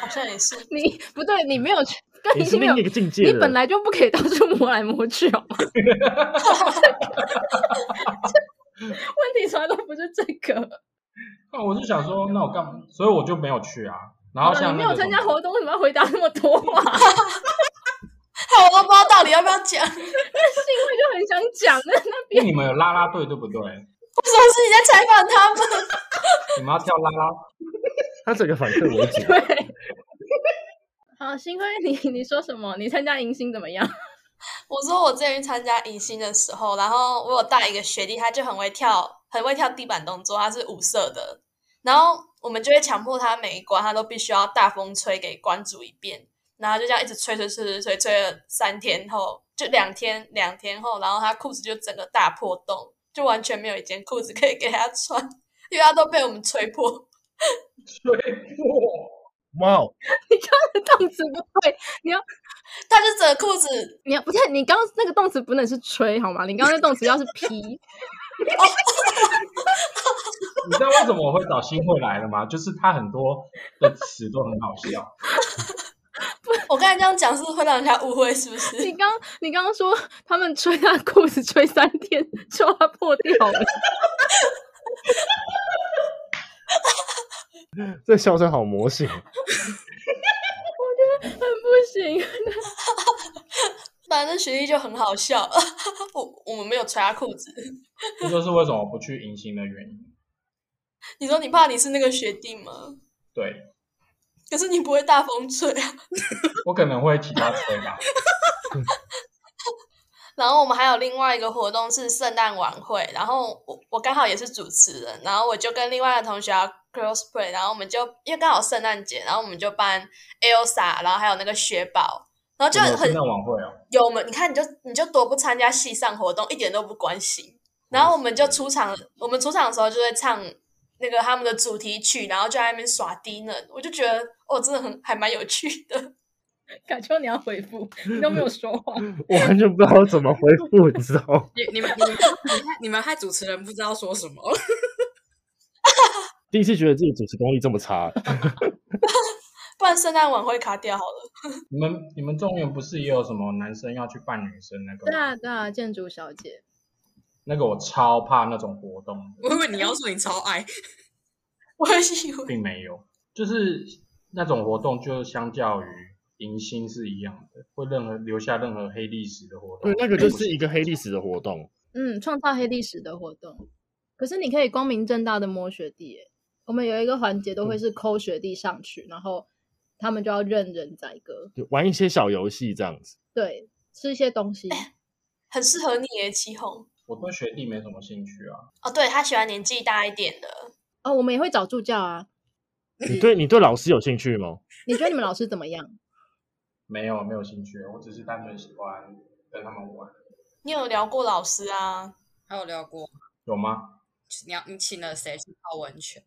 [SPEAKER 3] 好像也是，
[SPEAKER 1] 你不对，你没有去，跟
[SPEAKER 5] 你
[SPEAKER 1] 你
[SPEAKER 5] 是
[SPEAKER 1] 没
[SPEAKER 5] 另
[SPEAKER 1] 有
[SPEAKER 5] 一，个境界
[SPEAKER 1] 你
[SPEAKER 5] 了。
[SPEAKER 1] 本来就不可以到处摸来摸去好吗？ 问题从来都不是这个。
[SPEAKER 4] 那我就想说，那我干嘛？所以我就没有去啊。然后
[SPEAKER 1] 你
[SPEAKER 4] 像
[SPEAKER 1] 没
[SPEAKER 4] 那
[SPEAKER 1] 有
[SPEAKER 4] 个什
[SPEAKER 1] 参加
[SPEAKER 4] 么，
[SPEAKER 1] 活动，为什么要回答那么多 啊？
[SPEAKER 3] 害 我都不知道到底要不要讲。 为
[SPEAKER 1] 那
[SPEAKER 3] 什么
[SPEAKER 1] 幸会就很想讲，那那
[SPEAKER 4] 因为你们有啦啦队对不对？
[SPEAKER 3] 是你在采访他们？
[SPEAKER 4] 你们要跳啦啦，
[SPEAKER 5] 他整个反客为主。
[SPEAKER 1] 对。 好，幸会你你说什么？你参加迎新怎么样？
[SPEAKER 3] 我说我之前去参加迎新的时候，然后我有带一个学弟，他就很会跳，很会跳地板动作，他是五色的。然后我们就会强迫他每一关，他都必须要大风吹给关注一遍，然后就这样一直吹吹吹吹吹，吹了三天后，就两天两天后，然后他裤子就整个大破洞，就完全没有一件裤子可以给他穿，因为他都被我们吹破。
[SPEAKER 4] 对，
[SPEAKER 5] 哇哦，
[SPEAKER 1] 动词不对，
[SPEAKER 3] 他就整个裤子，
[SPEAKER 1] 你要不是你刚刚那个动词不能是吹好吗？你刚刚那动词要是劈，
[SPEAKER 4] 你知道为什么我会找新会来的吗？就是他很多的词都很好笑，
[SPEAKER 3] 我刚才这样讲是会让人家误会，是不是？
[SPEAKER 1] 你刚你刚刚说他们吹他裤子吹三天，就他破掉了。
[SPEAKER 5] 这笑声好魔性。哦
[SPEAKER 1] 很 不行。
[SPEAKER 3] 反正学弟就很好笑， 我我们没有穿他裤子。
[SPEAKER 4] 这就是为什么我不去迎新的原因。
[SPEAKER 3] 你说你怕你是那个学弟吗？
[SPEAKER 4] 对
[SPEAKER 3] 可是你不会大风吹啊。
[SPEAKER 4] 我可能会其他吹 吧，
[SPEAKER 3] 然后我们还有另外一个活动是圣诞晚会，然后我我刚好也是主持人，然后我就跟另外一个同学要 crossplay，然后我们就因为刚好圣诞节，然后我们就办 Elsa，然后还有那个雪宝，然后就
[SPEAKER 4] 我
[SPEAKER 3] 很
[SPEAKER 4] 圣诞晚会哦，
[SPEAKER 3] 有们，你看你就你就多不参加系上活动，一点都不关心。然后我们就出场，我们出场的时候就会唱那个他们的主题曲，然后就在那边耍低能，我就觉得哦，真的很还蛮有趣的。
[SPEAKER 1] 感觉你要回复，你都没有说 话。
[SPEAKER 5] 我完全不知道怎么回复，你知道吗？
[SPEAKER 2] 你你们你们你们你们害主持人不知道说什么。
[SPEAKER 5] 第一次觉得自己主持功力这么差，啊
[SPEAKER 3] 不然圣诞晚会卡掉好了。
[SPEAKER 4] 你们你们中原不是也有什么男生要去扮女生那个
[SPEAKER 1] 对
[SPEAKER 4] 吗？
[SPEAKER 1] 啊对啊，建筑小姐，
[SPEAKER 4] 那个我超怕那种活动的，
[SPEAKER 2] 我以为你要说你超爱，
[SPEAKER 3] 我也是以为
[SPEAKER 4] 并没有，就是那种活动就相较于迎新是一样的，会任何留下任何黑历史的活动
[SPEAKER 5] 对，。那个就是一个黑历史的活动。
[SPEAKER 1] 嗯，创造黑历史的活动。可是你可以光明正大的摸学弟耶，我们有一个环节都会是抠学弟上去，然后他们就要认人宰割，
[SPEAKER 5] 就玩一些小游戏这样子。
[SPEAKER 1] 对，吃一些东西。
[SPEAKER 3] 很适合你耶，祁红。
[SPEAKER 4] 我对学弟没什么兴趣啊，
[SPEAKER 3] 哦，对他喜欢年纪大一点的。
[SPEAKER 1] 哦，我们也会找助教啊。
[SPEAKER 5] 你对你对老师有兴趣吗？
[SPEAKER 1] 你觉得你们老师怎么样？
[SPEAKER 4] 没有没有兴趣，我只是单纯喜欢跟他们玩，
[SPEAKER 3] 你有聊过老师啊？
[SPEAKER 2] 还有聊过
[SPEAKER 4] 有吗？
[SPEAKER 2] 你要你请了谁去泡温泉？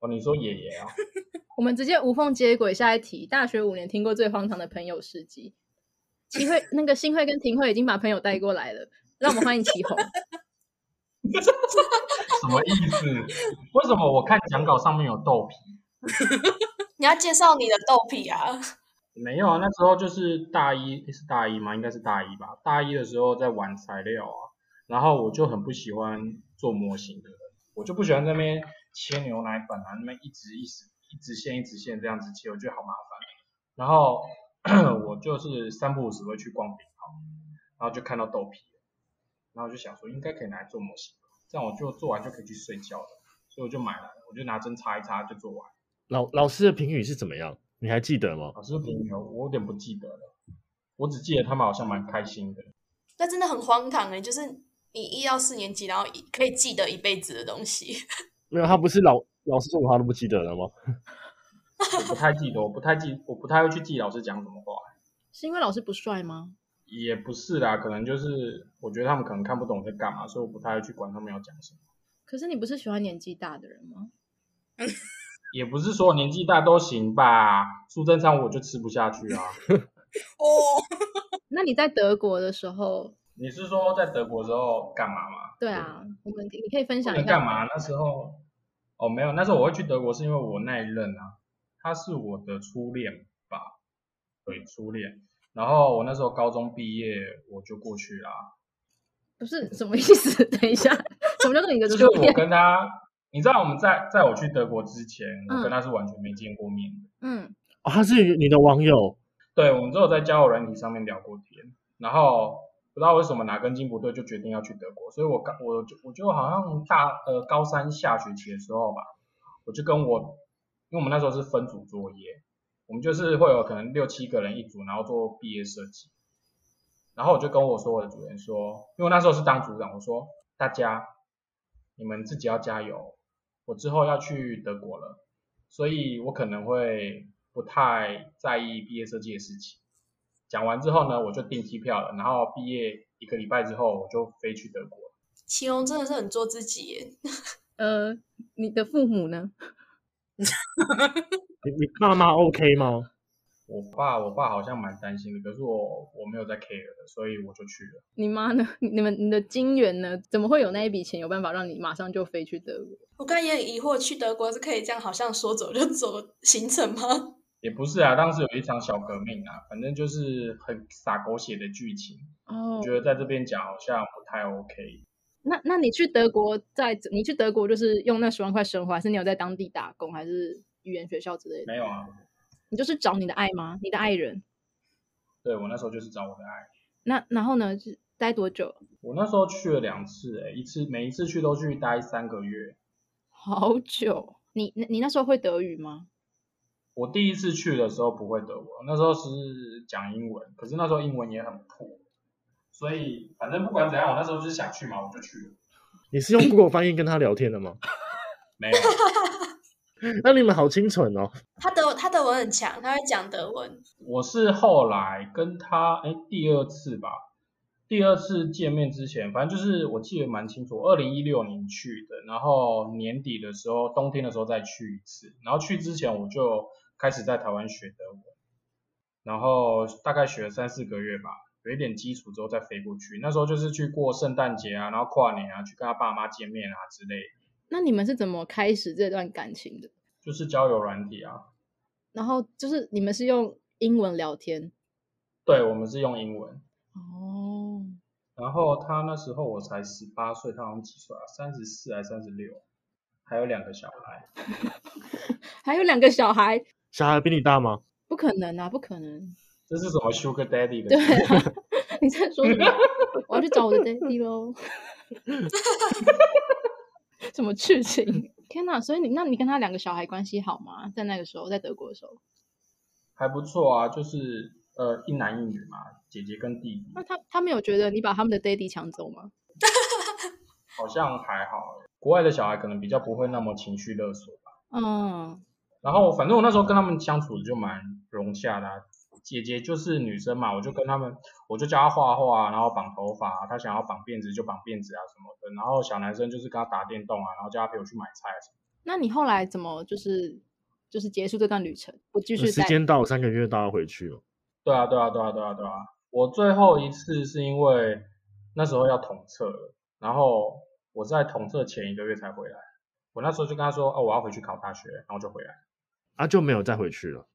[SPEAKER 4] 哦，你说爷爷啊？
[SPEAKER 1] 我们直接无缝接轨，下一题。大学五年听过最荒唐的朋友事迹。齐慧那个新慧跟婷慧已经把朋友带过来了，让我们欢迎齐红。
[SPEAKER 4] 什么意思？为什么我看讲稿上面有豆皮？
[SPEAKER 3] 你要介绍你的豆皮啊？
[SPEAKER 4] 没有啊，那时候就是大一，诶是大一吗？应该是大一吧。大一的时候在玩材料啊，然后我就很不喜欢做模型的人，我就不喜欢在那边切牛奶粉啊，那边一直一直一直线一直线这样子切，我觉得好麻烦。啊然后 我就是三不五时会去逛饼行，然后就看到豆皮，然后我就想说应该可以拿来做模型，这样我就做完就可以去睡觉了，所以我就买来了，我就拿针插一插就做完。
[SPEAKER 5] 老老师的评语是怎么样？你还记得吗？
[SPEAKER 4] 老师评语我有点不记得了，我只记得他们好像蛮开心的。
[SPEAKER 3] 那真的很荒唐哎、就是你一到四年级，然后一可以记得一辈子的东西。
[SPEAKER 5] 没有，他不是老老师说我他都不记得了吗？
[SPEAKER 4] 我不太记得，我不太记，我不太会去记老师讲什么话，
[SPEAKER 1] 是因为老师不帅吗？
[SPEAKER 4] 也不是啦，可能就是我觉得他们可能看不懂我在干嘛，所以我不太会去管他们要讲什么。
[SPEAKER 1] 可是你不是喜欢年纪大的人吗？
[SPEAKER 4] 也不是所有年纪大都行吧，苏贞昌我就吃不下去啊。
[SPEAKER 2] 哦，
[SPEAKER 1] 那你在德国的时候，
[SPEAKER 4] 你是说在德国的时候干嘛吗？
[SPEAKER 1] 对啊，我们你可以分
[SPEAKER 4] 不
[SPEAKER 1] 享一
[SPEAKER 4] 能
[SPEAKER 1] 下
[SPEAKER 4] 干嘛？那时候哦，没有，那时候我会去德国是因为我那一任啊，他是我的初恋吧，对，初恋。然后我那时候高中毕业，我就过去啦、
[SPEAKER 1] 不是什么意思？ 等一下，什么叫做你的初
[SPEAKER 4] 就我
[SPEAKER 1] 恋？
[SPEAKER 4] 跟他，你知道我们在在我去德国之前，
[SPEAKER 1] 嗯
[SPEAKER 4] 我跟他是完全没见过面的。
[SPEAKER 1] 嗯，
[SPEAKER 5] 哦，他是你的网友，
[SPEAKER 4] 对，我们只有在交友软体上面聊过天，然后不知道为什么哪根筋不对，就决定要去德国。所以我刚我就我就好像大呃高三下学期的时候吧，我就跟我，因为我们那时候是分组作业，我们就是会有可能六七个人一组，然后做毕业设计。然后我就跟我所有的组员说，因为我那时候是当组长，我说大家你们自己要加油，我之后要去德国了。所以我可能会不太在意毕业设计的事情。讲完之后呢，我就订机票了，然后毕业一个礼拜之后，我就飞去德国了。
[SPEAKER 3] 祁隆真的是很做自己耶，
[SPEAKER 1] 呃，你的父母呢？
[SPEAKER 5] 你你爸妈 OK 吗？
[SPEAKER 4] 我爸，我爸好像蛮担心的，可是我我没有在 care 的，所以我就去了。
[SPEAKER 1] 你妈呢？ 你们你的金源呢？怎么会有那一笔钱有办法让你马上就飞去德国？
[SPEAKER 3] 我刚才也很疑惑，去德国是可以这样好像说走就走的行程吗？
[SPEAKER 4] 也不是啊，当时有一场小革命啊，反正就是很洒狗血的剧情，
[SPEAKER 1] 哦
[SPEAKER 4] 我觉得在这边讲好像不太 OK。
[SPEAKER 1] 那那你去德国在你去德国就是用那十万块生活，还是你有在当地打工，还是语言学校之类的？
[SPEAKER 4] 没有啊，
[SPEAKER 1] 你就是找你的爱吗？你的爱人？
[SPEAKER 4] 对我那时候就是找我的爱，
[SPEAKER 1] 那然后呢？是待多久？
[SPEAKER 4] 我那时候去了两次、欸，一次每一次去都去待三个月，
[SPEAKER 1] 好久。哦你你你那时候会德语吗？
[SPEAKER 4] 我第一次去的时候不会德文，那时候是讲英文，可是那时候英文也很破，所以反正不管怎样，我那时候就是想去嘛，我就去了。
[SPEAKER 5] 你是用 Google 翻译跟他聊天的吗？
[SPEAKER 4] 没有，
[SPEAKER 5] 那你们好清纯哦。
[SPEAKER 3] 他德他德文很强，他会讲德文。
[SPEAKER 4] 我是后来跟他哎第二次吧，第二次见面之前，反正就是我记得蛮清楚，二零一六年去的，然后年底的时候，冬天的时候再去一次，然后去之前我就开始在台湾学德文，然后大概学了三四个月吧，有一点基础之后再飞过去，那时候就是去过圣诞节啊，然后跨年啊，去跟他爸妈见面啊之类的，
[SPEAKER 1] 那你们是怎么开始这段感情的？
[SPEAKER 4] 就是交友软体啊，
[SPEAKER 1] 然后就是你们是用英文聊天
[SPEAKER 4] 对我们是用英文。
[SPEAKER 1] 哦，
[SPEAKER 4] 然后他那时候我才十八岁，他好像几岁啊？三十四还三十六，还有两个小孩。
[SPEAKER 1] 还有两个小孩，
[SPEAKER 5] 小孩比你大吗？
[SPEAKER 1] 不可能啊，不可能！
[SPEAKER 4] 这是什么 Sugar Daddy 的？
[SPEAKER 1] 对啊， 你在说什么？我要去 找我的 daddy 喽。什么剧情？ 天哪！所以你那你跟他两个小孩关系好吗？在那个时候，在德国的时候，
[SPEAKER 4] 还不错啊，就是呃一男一女嘛，姐姐跟弟弟
[SPEAKER 1] 那，他他没有觉得你把他们的 daddy 抢走吗？
[SPEAKER 4] 好像还好欸。国外的小孩可能比较不会那么情绪勒索吧。
[SPEAKER 1] 嗯，
[SPEAKER 4] 然后反正我那时候跟他们相处就蛮融洽的啊、姐姐就是女生嘛，我就跟他们，我就教她画画啊，然后绑头发啊，她想要绑辫子就绑辫子啊什么的。然后小男生就是跟她打电动啊，然后叫她陪我去买菜啊什么的
[SPEAKER 1] 那你后来怎么就是就是结束这段旅程，不继续
[SPEAKER 5] 时
[SPEAKER 1] 在？
[SPEAKER 5] 间到三个月，大家回去哦。
[SPEAKER 4] 对啊，对啊，对啊，对啊，对啊。我最后一次是因为那时候要统测了，然后我在统测前一个月才回来。我那时候就跟他说，哦，我要回去考大学，然后就回来。
[SPEAKER 5] 啊，就没有再回去了。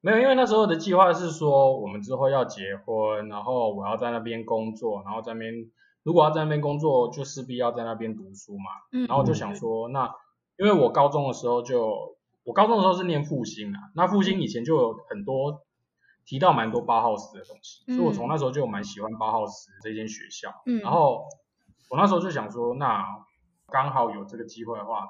[SPEAKER 4] 没有，因为那时候的计划是说，我们之后要结婚，然后我要在那边工作，然后在那边如果要在那边工作，就势必要在那边读书嘛。
[SPEAKER 1] 嗯
[SPEAKER 4] 然后我就想说，那因为我高中的时候就，我高中的时候是念复兴啊，那复兴以前就有很多提到蛮多包浩斯的东西，所以我从那时候就蛮喜欢包浩斯这间学校。
[SPEAKER 1] 嗯嗯
[SPEAKER 4] 然后我那时候就想说，那刚好有这个机会的话，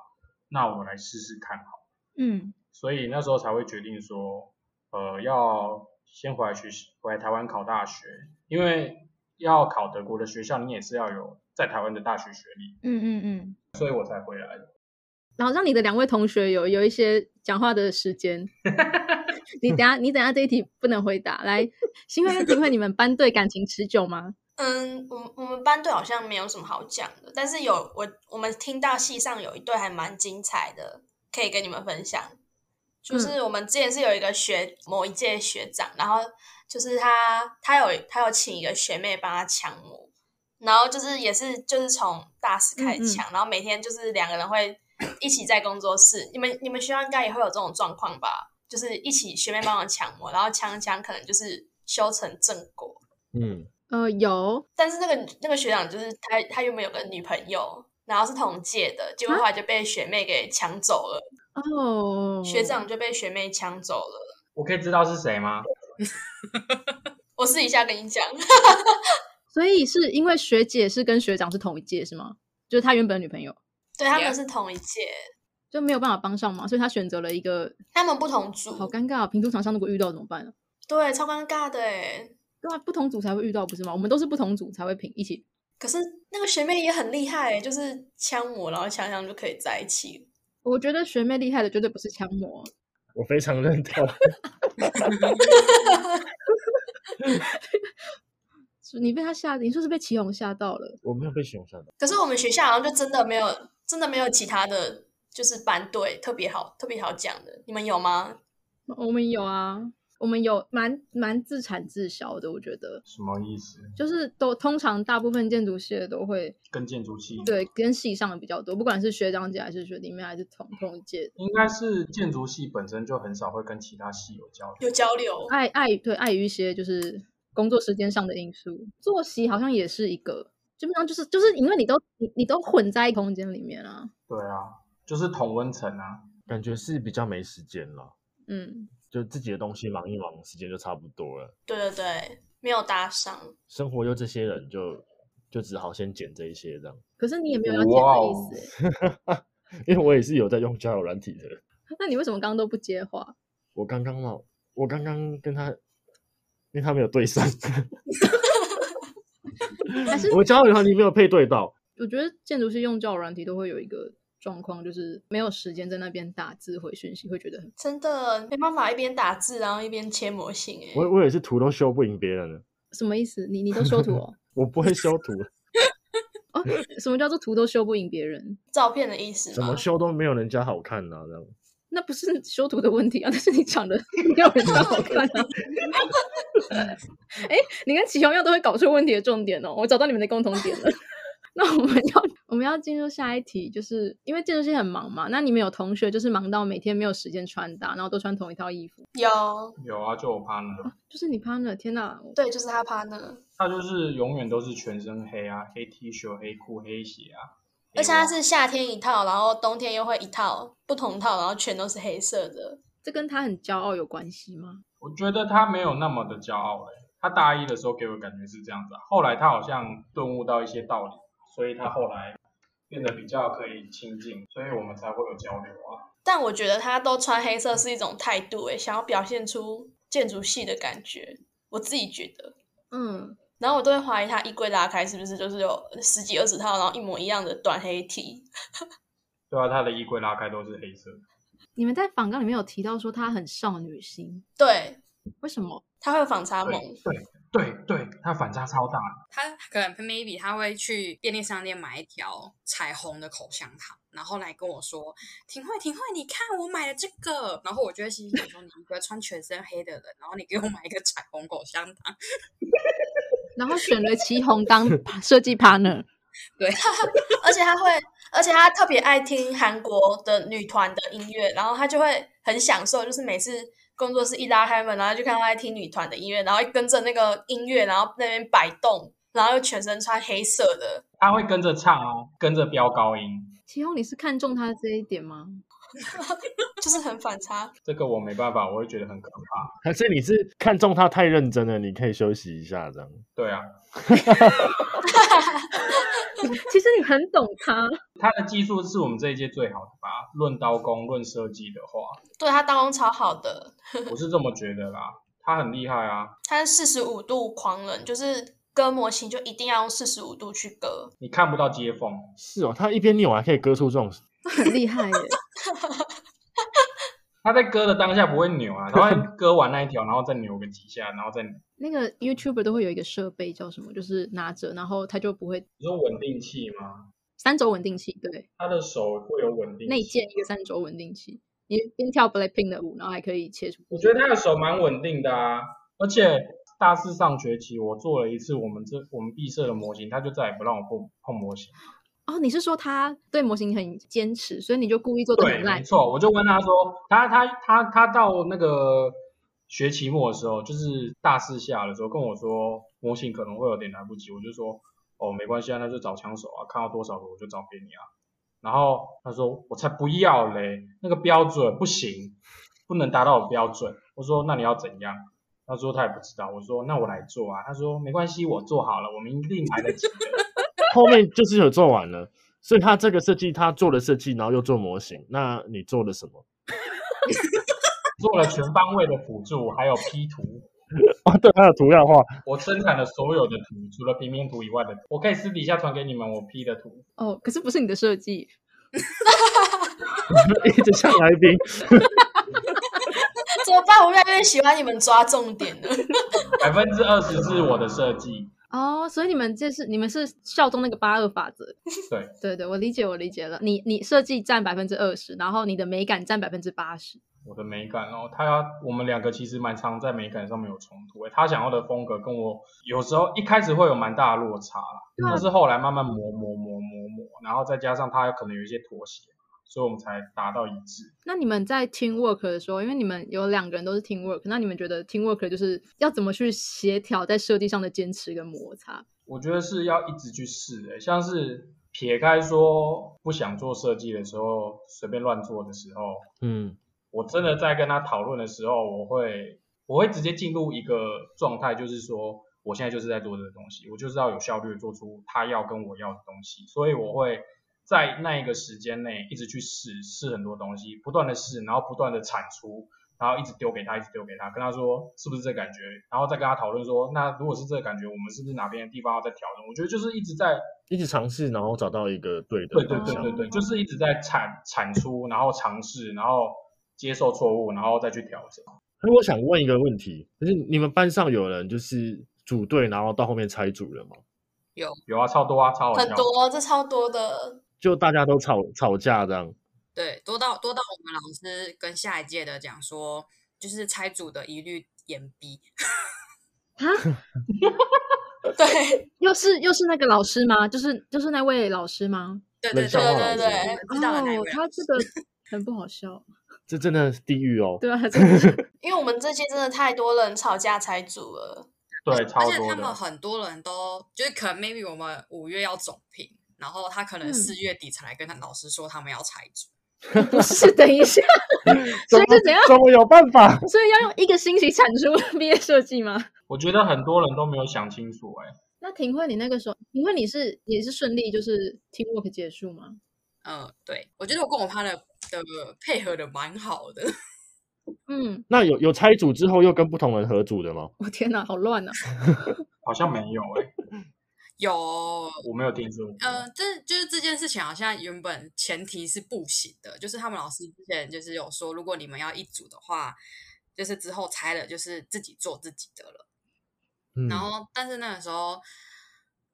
[SPEAKER 4] 那我来试试看好了。
[SPEAKER 1] 嗯
[SPEAKER 4] 所以那时候才会决定说，呃，要先回来学习，回来台湾考大学，因为要考德国的学校，你也是要有在台湾的大学学历，
[SPEAKER 1] 嗯嗯嗯。
[SPEAKER 4] 所以我才回来的。
[SPEAKER 1] 然后让你的两位同学有有一些讲话的时间。你等下，你等下这一题不能回答。来，新会跟金会，你们班对感情持久吗？
[SPEAKER 3] 嗯，我们我们班队好像没有什么好讲的，但是有我我们听到戏上有一对还蛮精彩的，可以跟你们分享。就是我们之前是有一个学某一届学长，然后就是他他有他有请一个学妹帮他强模，然后就是也是就是从大四开始强，然后每天就是两个人会 一起在工作室。你们你们学校应该也会有这种状况吧？就是一起学妹帮忙强模，然后强强可能就是修成正果。
[SPEAKER 5] 嗯，
[SPEAKER 1] 呃，有，
[SPEAKER 3] 但是那个那个学长就是他，他原本有个女朋友，然后是同届的，结果
[SPEAKER 1] 啊
[SPEAKER 3] 后来就被学妹给抢走了，
[SPEAKER 1] 哦，
[SPEAKER 3] 学长就被学妹抢走了。
[SPEAKER 4] 我可以知道是谁吗？
[SPEAKER 3] 我私底下跟你讲，
[SPEAKER 1] 所以是因为学姐是跟学长是同一届是吗？就是他原本的女朋友
[SPEAKER 3] 对他们
[SPEAKER 2] Yeah
[SPEAKER 3] 是同一届，
[SPEAKER 1] 就没有办法帮上忙，所以他选择了一个
[SPEAKER 3] 他们不同组，
[SPEAKER 1] 好尴尬、哦。平组场上如果遇到怎么办呢、啊
[SPEAKER 3] 对，超尴尬的欸。
[SPEAKER 1] 对啊，不同组才会遇到不是吗？我们都是不同组才会平一起。
[SPEAKER 3] 可是那个学妹也很厉害欸，就是枪我，然后强强就可以在一起。
[SPEAKER 1] 我觉得学妹厉害的绝对不是枪魔，
[SPEAKER 5] 我非常认 同。
[SPEAKER 1] 是你被他吓，你说是被祁宏吓到了。
[SPEAKER 5] 我没有被熊吓到，
[SPEAKER 3] 可是我们学校好像就真的没有，真的没有其他的，就是班队特别好，特别好讲的。你们有吗？
[SPEAKER 1] 我们有啊，我们有蛮蛮自产自销的，我觉得
[SPEAKER 4] 什么意思？
[SPEAKER 1] 就是都通常大部分建筑系的都会
[SPEAKER 4] 跟建筑系？，
[SPEAKER 1] 对跟系上的比较多，不管是学长姐还是学弟妹还是同同一届的，
[SPEAKER 4] 应该是建筑系本身就很少会跟其他系有交流。
[SPEAKER 3] 有交流？
[SPEAKER 1] 碍碍对碍于一些就是工作时间上的因素，作息好像也是一个，基本上就是就是因为你都你你都混在一空间里面啊，
[SPEAKER 4] 对啊，就是同温层啊。
[SPEAKER 5] 感觉是比较没时间了，
[SPEAKER 1] 嗯，
[SPEAKER 5] 就自己的东西忙一忙，时间就差不多了。
[SPEAKER 3] 对对对，没有搭上。
[SPEAKER 5] 生活又这些人就就只好先剪这一些这样，
[SPEAKER 1] 可是你也没有要减的意
[SPEAKER 4] 哇哦
[SPEAKER 1] 思欸、
[SPEAKER 5] 因为我也是有在用交友软体的。
[SPEAKER 1] 那你为什么刚刚都不接话？
[SPEAKER 5] 我刚刚嘛，我刚刚跟他，因为他没有对上，
[SPEAKER 1] 还是
[SPEAKER 5] 我交友软体没有配对到。
[SPEAKER 1] 我觉得建筑师用交友软体都会有一个状况，就是没有时间在那边打字回讯息，会觉得很
[SPEAKER 3] 真的没办法一边打字，然后一边切模型、欸，
[SPEAKER 5] 我我也是图都修不赢别人了，
[SPEAKER 1] 什么意思？你你都修图哦？
[SPEAKER 5] 我不会修图，
[SPEAKER 1] 哦，什么叫做图都修不赢别人？
[SPEAKER 3] 照片的意思吗？
[SPEAKER 5] 怎么修都没有人家好看呐、这样。
[SPEAKER 1] 那不是修图的问题啊，但是你长得没有人家好看啊。哎，你跟齐雄耀都会搞出问题的重点哦，我找到你们的共同点了。 那我们要我们要进入下一题，就是因为建筑师很忙嘛，那你们有同学就是忙到每天没有时间穿搭，然后都穿同一套衣服，
[SPEAKER 3] 有？
[SPEAKER 4] 有啊，就我 partner，
[SPEAKER 1] 就是你 partner，天哪，我
[SPEAKER 3] 对，就是他 partner，
[SPEAKER 4] 他就是永远都是全身黑啊，黑 T 恤、黑裤、黑鞋啊。
[SPEAKER 3] 而且他
[SPEAKER 4] 黑袜
[SPEAKER 3] 是夏天一套，然后冬天又会一套不同套，然后全都是黑色的。
[SPEAKER 1] 这跟他很骄傲有关系吗？
[SPEAKER 4] 我觉得他没有那么的骄傲哎、他大一的时候给我感觉是这样子、啊，后来他好像顿悟到一些道理，所以他后来变得比较可以亲近，所以我们才会有交流啊。
[SPEAKER 3] 但我觉得他都穿黑色是一种态度、欸，想要表现出建筑系的感觉，我自己觉得。
[SPEAKER 1] 嗯，
[SPEAKER 3] 然后我都会怀疑他衣柜拉开是不是就是有十几二十套，然后一模一样的短黑 T。
[SPEAKER 4] 对啊，他的衣柜拉开都是黑色的，
[SPEAKER 1] 你们在访纲里面有提到说他很少女心，
[SPEAKER 3] 对，
[SPEAKER 1] 为什么？
[SPEAKER 3] 他会有反差萌，
[SPEAKER 4] 对对，他反差超大的。
[SPEAKER 2] 他可能 maybe 他会去便利商店买一条彩虹的口香糖，然后来跟我说：“婷慧，婷慧，你看我买了这个。”然后我就会心里想说：“你一个穿全身黑的人，然后你给我买一个彩虹口香糖，
[SPEAKER 1] 然后选了祁宏 当设计 partner，
[SPEAKER 3] 而且他会，而且他特别爱听韩国的女团的音乐，然后他就会很享受，就是每次工作室一拉开门，然后就看到他在听女团的音乐，然后跟着那个音乐，然后那边摆动，然后又全身穿黑色的，
[SPEAKER 4] 他会跟着唱哦，跟着飙高音。
[SPEAKER 1] 奇宏，你是看中他这一点吗？
[SPEAKER 3] 就是很反差。
[SPEAKER 4] 这个我没办法，我会觉得很可怕。
[SPEAKER 5] 还是你是看中他太认真了，你可以休息一下这样。
[SPEAKER 4] 对啊，
[SPEAKER 1] 其实你很懂他，
[SPEAKER 4] 他的技术是我们这一届最好的吧？论刀工、论设计的话，
[SPEAKER 3] 对他刀工超好的，
[SPEAKER 4] 我是这么觉得啦。他很厉害啊！
[SPEAKER 3] 他是四十五度狂人，就是割模型就一定要用四十五度去割。
[SPEAKER 4] 你看不到接缝，
[SPEAKER 5] 是哦，他一边扭还可以割出 这种，
[SPEAKER 1] 他很厉害耶。
[SPEAKER 4] 他在割的当下不会扭啊，他会割完那一条，然后再扭个几下，然后再扭
[SPEAKER 1] 那个 YouTuber 都会有一个设备叫什么，就是拿着，然后他就不会
[SPEAKER 4] 你说稳定器吗？
[SPEAKER 1] 三轴稳定器，对，
[SPEAKER 4] 他的手会有稳定器
[SPEAKER 1] 内建一个三轴稳定器，你边跳 Blackpink 的舞，然后还可以切出。
[SPEAKER 4] 我觉得他的手蛮稳定的啊，而且大四上学期我做了一次我们这我们毕设的模型，他就再也不让我碰碰模型。
[SPEAKER 1] 哦，你是说他对模型很坚持，所以你就故意做的
[SPEAKER 4] 对，
[SPEAKER 1] 很
[SPEAKER 4] 没
[SPEAKER 1] 烂？
[SPEAKER 4] 错，我就问他说，他他他他到那个学期末的时候，就是大四下的时候跟我说模型可能会有点来不及，我就说哦没关系啊，那就找枪手啊，看到多少个我就找给你啊。然后他说我才不要嘞，那个标准不行，不能达到我标准。我说那你要怎样？他说他也不知道。我说那我来做啊。他说没关系，我做好了，我们一定来得及的。
[SPEAKER 5] 后面就是有做完了。所以他这个设计，他做了设计，然后又做模型。那你做了什么？
[SPEAKER 4] 做了全方位的辅助，还有 P 图。
[SPEAKER 5] 哦，对，还有图样化。
[SPEAKER 4] 我生产了所有的图，除了平面图以外的图，我可以私底下传给你们我 P 的图。
[SPEAKER 1] 哦，可是不是你的设计，
[SPEAKER 5] 一直像来宾，
[SPEAKER 3] 怎么办？我越来越喜欢你们抓重点了。
[SPEAKER 4] 百分之二十是我的设计，
[SPEAKER 1] 哦，所以你们这是你们是效忠那个八二法则。
[SPEAKER 4] 对
[SPEAKER 1] 对对，我理解，我理解了。你你设计占百分之二十，然后你的美感占百分之八十。
[SPEAKER 4] 我的美感。然后他要我们两个其实蛮常在美感上面有冲突、欸，他想要的风格跟我有时候一开始会有蛮大的落差啦，
[SPEAKER 1] 对啊
[SPEAKER 4] 但是后来慢慢磨磨磨磨磨，然后再加上他可能有一些妥协，所以我们才达到一致。
[SPEAKER 1] 那你们在 team work 的时候，因为你们有两个人都是 team work，那你们觉得 team work 就是要怎么去协调在设计上的坚持跟摩擦？
[SPEAKER 4] 我觉得是要一直去试、欸，像是撇开说不想做设计的时候，随便乱做的时候，
[SPEAKER 5] 嗯，
[SPEAKER 4] 我真的在跟他讨论的时候，我会我会直接进入一个状态，就是说我现在就是在做这个东西，我就是要有效率地做出他要跟我要的东西，所以我会在那一个时间内一直去试试很多东西，不断的试，然后不断的产出，然后一直丢给他，一直丢给他，跟他说是不是这感觉，然后再跟他讨论说，那如果是这个感觉，我们是不是哪边的地方要再调整？我觉得就是一直在
[SPEAKER 5] 一直尝试，然后找到一个对的
[SPEAKER 4] 对对
[SPEAKER 5] 方
[SPEAKER 4] 对
[SPEAKER 5] 向。
[SPEAKER 4] 对对，就是一直在产产出，然后尝试，然后接受错误，然后再去调整。
[SPEAKER 5] 那我想问一个问题，就是你们班上有人就是组队，然后到后面拆组了吗？
[SPEAKER 4] 有啊，超多啊，超好笑。
[SPEAKER 3] 很多，这超多的。
[SPEAKER 5] 就大家都吵吵架这样，
[SPEAKER 2] 对，多到多到我们老师跟下一届的讲说，就是拆组的一律延毕。
[SPEAKER 3] 对
[SPEAKER 1] 又是又是那个老师吗？就是就是那位老师吗？
[SPEAKER 2] 对对
[SPEAKER 5] 冷
[SPEAKER 2] 对
[SPEAKER 5] 笑话
[SPEAKER 2] 对
[SPEAKER 5] 老
[SPEAKER 2] 对
[SPEAKER 5] 师，
[SPEAKER 2] 知道的那一
[SPEAKER 1] 哦
[SPEAKER 2] 位，
[SPEAKER 1] 他 这个很不好笑。
[SPEAKER 5] 这真的是地狱哦。
[SPEAKER 1] 对啊，真的是
[SPEAKER 3] 因为我们这些真的太多人吵架才组了，
[SPEAKER 4] 对，超
[SPEAKER 2] 而且
[SPEAKER 4] 多
[SPEAKER 2] 他们
[SPEAKER 4] 的。
[SPEAKER 2] 很多人都就是可能 maybe 我们五月要总评，然后他可能
[SPEAKER 1] 嗯
[SPEAKER 2] 四月底才来跟他老师说他们要拆组。
[SPEAKER 1] 不是？等一下，所以是怎样？
[SPEAKER 5] 怎么有办法？
[SPEAKER 1] 所以要用一个星期产出 毕业设计吗？
[SPEAKER 4] 我觉得很多人都没有想清楚、欸，哎，
[SPEAKER 1] 那婷慧，你那个时候，婷慧你是也是顺利就是 teamwork 结束吗？
[SPEAKER 2] 嗯，对，我觉得我跟我妈的的配合的蛮好的。
[SPEAKER 1] 嗯，
[SPEAKER 5] 那有有拆组之后又跟不同人合组的吗？
[SPEAKER 1] 我天哪，好乱啊！
[SPEAKER 4] 好像没有、欸，哎，
[SPEAKER 2] 有，
[SPEAKER 4] 我没有听说过。
[SPEAKER 2] 呃，这就是这件事情好像原本前提是不行的，就是他们老师之前就是有说，如果你们要一组的话，就是之后拆了就是自己做自己的了。
[SPEAKER 5] 嗯，
[SPEAKER 2] 然后，但是那个时候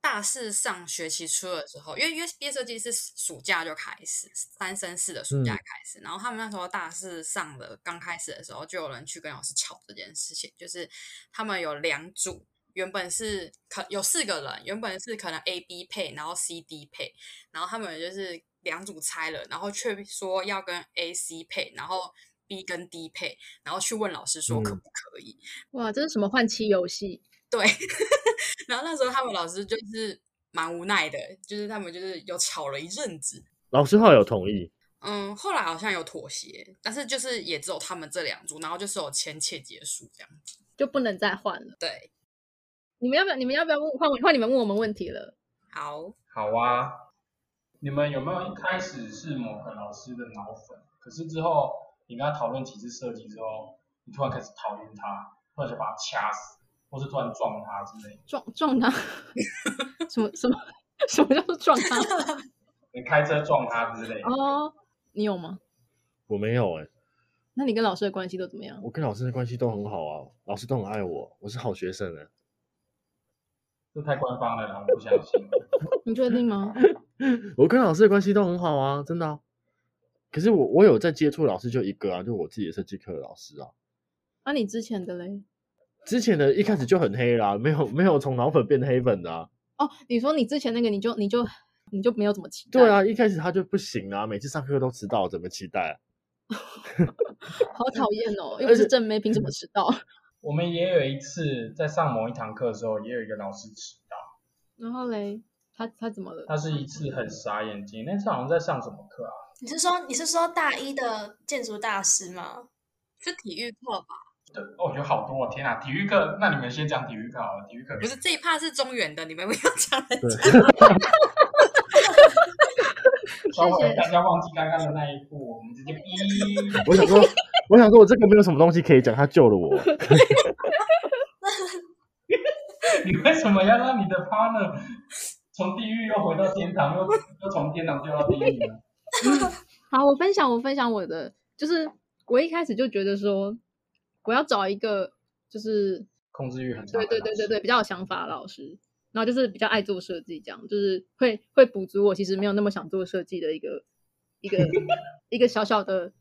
[SPEAKER 2] 大四上学期初的时候，因为因为毕业设计是暑假就开始，三升四的暑假
[SPEAKER 5] 嗯
[SPEAKER 2] 开始。然后他们那时候大四上的刚开始的时候，就有人去跟老师吵这件事情，就是他们有两组。原本是可有四个人，原本是可能 A B 配，然后 C D 配，然后他们就是两组拆了，然后却说要跟 A C 配，然后 B 跟 D 配，然后去问老师说可
[SPEAKER 5] 嗯
[SPEAKER 2] 不可以，
[SPEAKER 1] 哇，这是什么换妻游戏？
[SPEAKER 2] 对， 然后那时候他们老师就是蛮无奈的，就是他们就是有吵了一阵子，
[SPEAKER 5] 老师后来有同意，
[SPEAKER 2] 嗯，后来好像有妥协，但是就是也只有他们这两组，然后就是有签切结束这样子。
[SPEAKER 1] 就不能再换了。
[SPEAKER 2] 对，
[SPEAKER 1] 你们要不要？你们要不要问换换你们问我们问题了？
[SPEAKER 2] 好，
[SPEAKER 4] 好啊，你们有没有一开始是某个老师的脑粉，可是之后你跟他讨论几次设计之后，你突然开始讨厌他，或者把他掐死，或是突然撞他之类的，
[SPEAKER 1] 撞撞他？ 什么什么什么叫做撞他？
[SPEAKER 4] 你开车撞他之类 的？
[SPEAKER 1] 哦，你有吗？
[SPEAKER 5] 我没有哎、
[SPEAKER 1] 那你跟老师的关系都怎么样？
[SPEAKER 5] 我跟老师的关系都很好啊，老师都很爱我，我是好学生哎、
[SPEAKER 4] 这太官方了啦，我不相信。
[SPEAKER 1] 你确定吗？
[SPEAKER 5] 我跟老师的关系都很好啊，真的啊、可是我我有在接触老师就一个啊，就我自己的设计课的老师啊。
[SPEAKER 1] 那、你之前的嘞？
[SPEAKER 5] 之前的一开始就很黑啦，没有没有从老粉变黑粉的啊。
[SPEAKER 1] 哦，你说你之前那个你就你就你就没有怎么期待？
[SPEAKER 5] 对，啊，一开始他就不行啊，每次上课都迟到，怎么期待啊、
[SPEAKER 1] 好讨厌 哦，又不
[SPEAKER 5] 而
[SPEAKER 1] 是
[SPEAKER 5] 且
[SPEAKER 1] 正妹，凭什么迟到？
[SPEAKER 4] 我们也有一次在上某一堂课的时候，也有一个老师迟到，
[SPEAKER 1] 然后嘞，他他怎么了？
[SPEAKER 4] 他是一次很傻眼睛，那次好像在上什么课啊？
[SPEAKER 3] 你是说你是说大一的建筑大师吗？
[SPEAKER 2] 是体育课吧？
[SPEAKER 4] 对，哦，有好多、哦，天啊！体育课，那你们先讲体育课好了，体育课
[SPEAKER 2] 不是这一趴是中原的，你们不要讲来讲。
[SPEAKER 4] 稍微大家忘记刚刚的那一步，我们直接哔。
[SPEAKER 5] 我想说，我想说我这个没有什么东西可以讲，他救了我。
[SPEAKER 4] 你为什么要让你的 partner 从地狱又回到天堂，又又从天堂掉到地狱呢？
[SPEAKER 1] 好，我分享我分享我的，就是我一开始就觉得说，我要找一个就是
[SPEAKER 4] 控制欲很强。
[SPEAKER 1] 对对对对对，。比较有想法的老师，然后就是比较爱做设计，这样就是会会补足我其实没有那么想做设计的一个一个一个小小的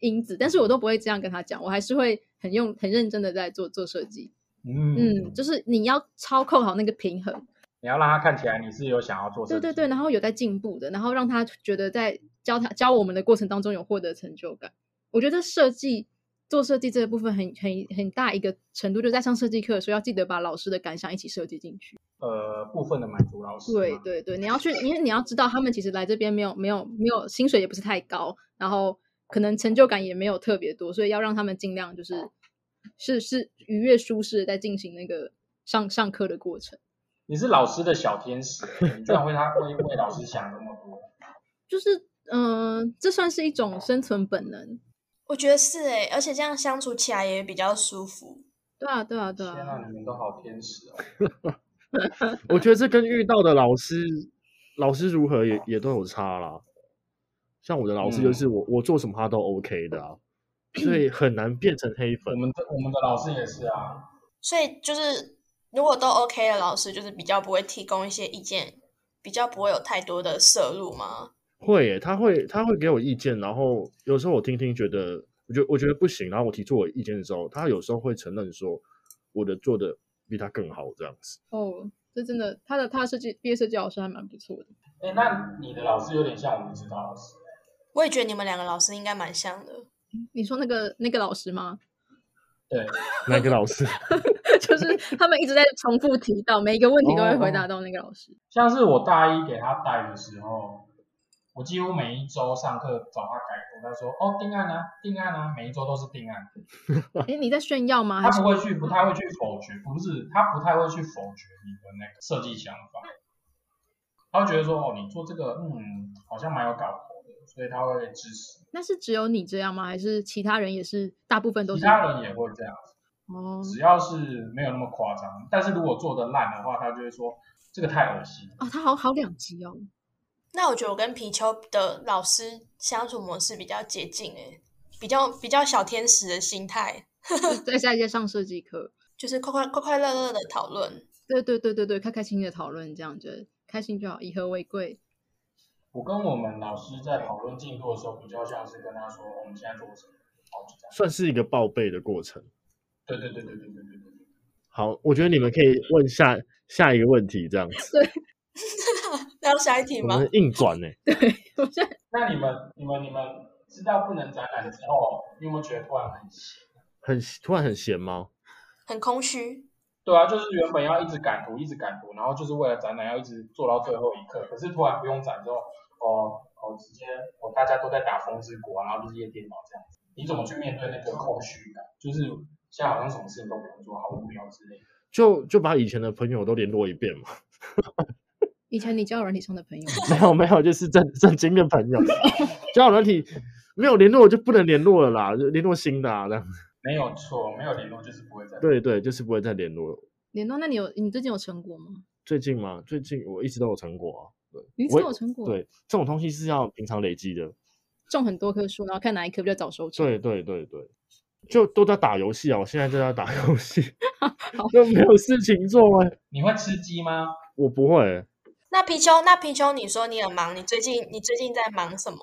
[SPEAKER 1] 因子，但是我都不会这样跟他讲，我还是会很用很认真的在做做设计，
[SPEAKER 4] 嗯
[SPEAKER 1] 嗯，，就是你要操控好那个平衡，
[SPEAKER 4] 你要让他看起来你是有想要做设
[SPEAKER 1] 对
[SPEAKER 4] 计。
[SPEAKER 1] 对对，然后有在进步的，然后让他觉得在教他教我们的过程当中有获得成就感。我觉得设计做设计这个部分很很很大一个程度，就在上设计课的时候要记得把老师的感想一起设计进去。
[SPEAKER 4] 呃，部分的满足老师嘛。
[SPEAKER 1] 对对对，你要去，因为你要知道，他们其实来这边没有没有没有薪水也不是太高，然后可能成就感也没有特别多，所以要让他们尽量就是是是愉悦舒适的在进行那个上上课的过程。
[SPEAKER 4] 你是老师的小天使，欸你居然为他为为老师想那么多。
[SPEAKER 1] 就是嗯、呃这算是一种生存本能。
[SPEAKER 3] 我觉得是诶、而且这样相处起来也比较舒服。
[SPEAKER 1] 对啊，对啊，对
[SPEAKER 4] 天
[SPEAKER 1] 啊
[SPEAKER 4] 啊，，你们都好天使哦！
[SPEAKER 5] 我觉得这跟遇到的老师，老师如何也也都有差啦。像我的老师就是我，我做什么他都 OK 的啊，所以很难变成黑
[SPEAKER 4] 我
[SPEAKER 5] 粉。
[SPEAKER 4] 们的我们的老师也是啊，
[SPEAKER 3] 所以就是如果都 OK 的老师，就是比较不会提供一些意见，比较不会有太多的摄入吗？
[SPEAKER 5] 会耶，他会他会给我意见，然后有时候我听听觉得，我觉得我觉得不行，然后我提出我意见的时候，他有时候会承认说我的做的比他更好这样子。
[SPEAKER 1] 哦，这真的，他的他的设计毕业设计老师还蛮不错的。
[SPEAKER 4] 哎，那你的老师有点像我们指导老师，
[SPEAKER 3] 我也觉得你们两个老师应该蛮像的。
[SPEAKER 1] 你说那个那个老师吗？
[SPEAKER 4] 对，
[SPEAKER 5] 哪个老师？
[SPEAKER 1] 就是他们一直在重复提到，每一个问题都会
[SPEAKER 4] 哦
[SPEAKER 1] 回
[SPEAKER 4] 哦
[SPEAKER 1] 答到那个老师。
[SPEAKER 4] 像是我大一给他带的时候，我几乎每一周上课找他改过，他说哦定案啊定案啊，每一周都是定案，
[SPEAKER 1] 哎，你在炫耀吗？
[SPEAKER 4] 他
[SPEAKER 1] 还是
[SPEAKER 4] 不会去不太会去否决，不是他不太会去否决你的那个设计想法，他会觉得说哦你做这个嗯好像蛮有搞头的，所以他会支持，
[SPEAKER 1] 那是只有你这样吗？还是其他人也是？大部分都
[SPEAKER 4] 其
[SPEAKER 1] 是
[SPEAKER 4] 他人也会这样，
[SPEAKER 1] 哦，
[SPEAKER 4] 只要是没有那么夸张，但是如果做的烂的话，他就会说这个太恶心了。
[SPEAKER 1] 哦，他好好两极哦。
[SPEAKER 3] 那我觉得我跟皮丘的老师相处模式比较接近诶、比较比较小天使的心态，
[SPEAKER 1] 就在在在上设计课，
[SPEAKER 3] 就是快快快快乐乐的讨论。
[SPEAKER 1] 对对对对对，开开心心的讨论，这样就开心就好，以和为贵。
[SPEAKER 4] 我跟我们老师在讨论进度的时候，比较像是跟他说哦我们现在做什么，好就这样。
[SPEAKER 5] 算是一个报备的过程。
[SPEAKER 4] 对对对对对对对对。
[SPEAKER 5] 好，我觉得你们可以问下下一个问题，这样子，
[SPEAKER 3] 那要下一题
[SPEAKER 5] 我
[SPEAKER 3] 吗
[SPEAKER 5] 们？硬转呢、
[SPEAKER 1] 我现在
[SPEAKER 4] 那你们你们你们知道不能展览之后，你有没有觉得突然很闲？
[SPEAKER 5] 很突然很闲吗？
[SPEAKER 3] 很空虚，
[SPEAKER 4] 对啊，就是原本要一直赶图，一直赶图，然后就是为了展览要一直做到最后一刻，可是突然不用展之后，哦、哦，直接哦大家都在打风之谷啊，然后日夜颠倒这样子，你怎么去面对那个空虚感？就是现在好像什么事情都不用做，好无聊之类的。
[SPEAKER 5] 就就把以前的朋友都联络一遍嘛。
[SPEAKER 1] 以前你交友软体上的朋友吗，
[SPEAKER 5] 没有没有，就是正正经的朋友，交友软体没有联络就不能联络了啦，就联络新的啊，这样。
[SPEAKER 4] 没有错，没有联络就是不会再
[SPEAKER 5] 对对，就是不会再联络了。
[SPEAKER 1] 联络，那你有你最近有成果吗？
[SPEAKER 5] 最近嘛，最近我一直都有成果啊。
[SPEAKER 1] 你是
[SPEAKER 5] 我
[SPEAKER 1] 有成果，，
[SPEAKER 5] 对，这种东西是要平常累积的。
[SPEAKER 1] 种很多棵树，然后看哪一棵比较早收成。
[SPEAKER 5] 对对对对，就都在打游戏啊！我现在就在打游戏，就没有事情做哎、
[SPEAKER 4] 你会吃鸡吗？
[SPEAKER 5] 我不会欸、
[SPEAKER 3] 那皮丘，那皮丘，你说你很忙，你最近你最近在忙什么？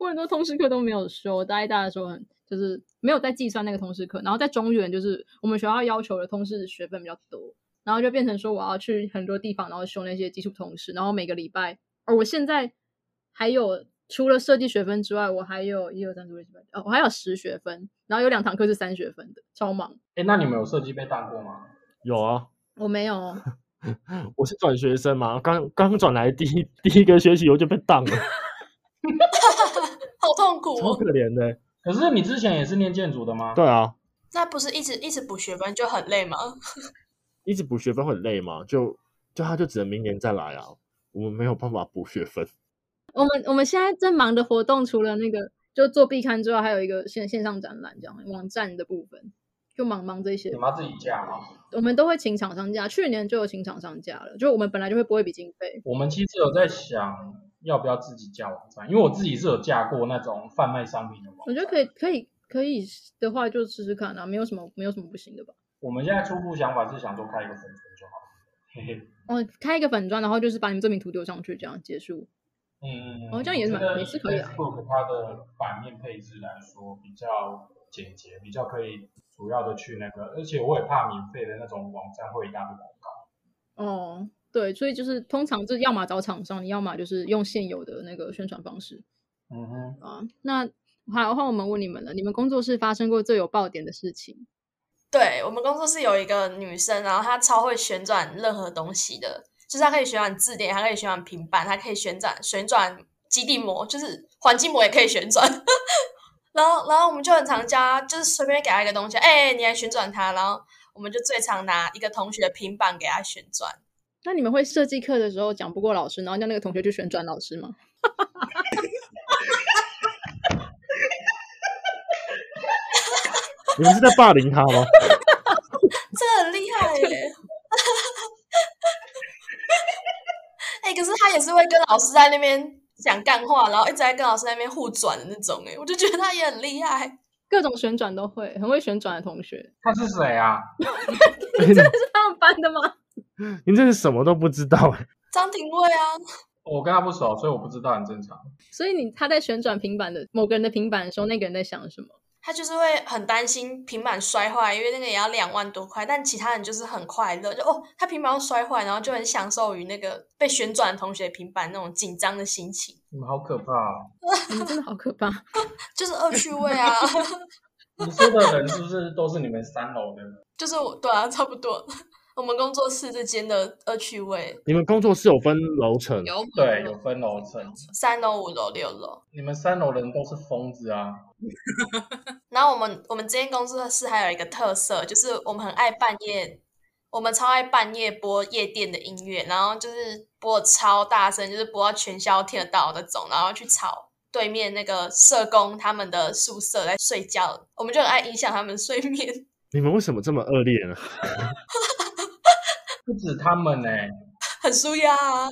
[SPEAKER 1] 我很多通识课都没有修，大一、大二的时候很就是没有在计算那个通识课，然后在中原就是我们学校要求的通识学分比较多，然后就变成说我要去很多地方，然后修那些基础通识，然后每个礼拜，而我现在还有除了设计学分之外，我还有一二三四五六七八，哦，我还有十学分，然后有两堂课是三学分的，超忙。
[SPEAKER 4] 哎，那你们有设计被当过吗？
[SPEAKER 5] 有啊，
[SPEAKER 1] 我没有，
[SPEAKER 5] 我是转学生嘛，刚刚转来第一第一个学期我就被当了，
[SPEAKER 3] 好痛苦
[SPEAKER 5] 超
[SPEAKER 3] 哦！
[SPEAKER 5] 可怜的欸、
[SPEAKER 4] 可是你之前也是念建筑的吗？
[SPEAKER 5] 对啊，
[SPEAKER 3] 那不是一直一直补学分就很累吗？
[SPEAKER 5] 一直补学分很累嘛，就就他就只能明年再来啊，我们没有办法补学分。
[SPEAKER 1] 我们我们现在正忙的活动，除了那个就做壁刊之外，还有一个线线上展览，这样网站的部分就忙忙这些
[SPEAKER 4] 你。们要自己啊架吗？
[SPEAKER 1] 我们都会请厂商价，去年就有请厂商价了，就我们本来就会拨一笔经费。
[SPEAKER 4] 我们其实有在想要不要自己架网站，因为我自己是有架过那种贩卖商品的网站。
[SPEAKER 1] 我觉得可以，可以，可以的话就试试看啊，没有什么，没有什么不行的吧。
[SPEAKER 4] 我们现在初步想法是想说开一个粉砖就好了。嘿嘿，
[SPEAKER 1] 哦，开一个粉砖，然后就是把你们作品图丢上去，这样结束。
[SPEAKER 4] 嗯嗯嗯。
[SPEAKER 1] 哦这样也是蛮也是可以啊
[SPEAKER 4] Facebook 它的版面配置来说比较简洁，比较可以主要的去那个，而且我也怕免费的那种网站会有一大堆广告。
[SPEAKER 1] 哦，对，所以就是通常就是要么找厂商，你要么就是用现有的那个宣传方式
[SPEAKER 4] 嗯哼，
[SPEAKER 1] 啊。那好，换我们问你们了，你们工作室发生过最有爆点的事情？
[SPEAKER 3] 对我们工作室有一个女生，然后她超会旋转任何东西的，就是她可以旋转字典，她可以旋转平板，她可以旋转旋转基地膜，就是环境膜也可以旋转。 然后，然后我们就很常叫她，就是随便给她一个东西，哎、你来旋转它。然后我们就最常拿一个同学的平板给她旋转。
[SPEAKER 1] 那你们会设计课的时候讲不过老师，然后叫那个同学去旋转老师吗？
[SPEAKER 5] 你们是在霸凌他吗？
[SPEAKER 3] 这很厉害欸 耶！哎、可是他也是会跟老师在那边讲干话，然后一直在跟老师在那边互转的那种，哎，我就觉得他也很厉害。
[SPEAKER 1] 各种旋转都会，很会旋转的同学，
[SPEAKER 4] 他是谁啊？
[SPEAKER 1] 是他们班的吗？
[SPEAKER 5] 你真是什么都不知道欸、
[SPEAKER 3] 张庭卫啊，
[SPEAKER 4] 我跟他不熟，所以我不知道，很正常。
[SPEAKER 1] 所以你他在旋转平板的某个人的平板的时候，那个人在想什么？
[SPEAKER 3] 他就是会很担心平板摔坏，因为那个也要两万多块，但其他人就是很快乐，就哦，他平板要摔坏，然后就很享受于那个被旋转的同学平板那种紧张的心情，
[SPEAKER 4] 你们好可怕、哦！
[SPEAKER 1] 你们真的好可 怕！
[SPEAKER 3] 就是恶趣味啊，
[SPEAKER 4] 你说的人是不是都是你们三楼的？
[SPEAKER 3] 就是我对啊，差不多， 我们工作室之间的恶趣味，
[SPEAKER 5] 你们工作室有分楼层，
[SPEAKER 2] 有
[SPEAKER 4] 对，有分楼层。
[SPEAKER 3] 三楼、五楼、六楼。
[SPEAKER 4] 你们三楼的人都是疯子啊！
[SPEAKER 3] 然后我们我们这间工作室还有一个特色，就是我们很爱半夜，我们超爱半夜播夜店的音乐，然后就是播得超大声，就是播到全校听得到那种，然后去吵对面那个社工他们的宿舍在睡觉，我们就很爱影响他们的睡眠。
[SPEAKER 5] 你们为什么这么恶劣呢？
[SPEAKER 4] 不止他们呢、
[SPEAKER 3] 很舒压啊！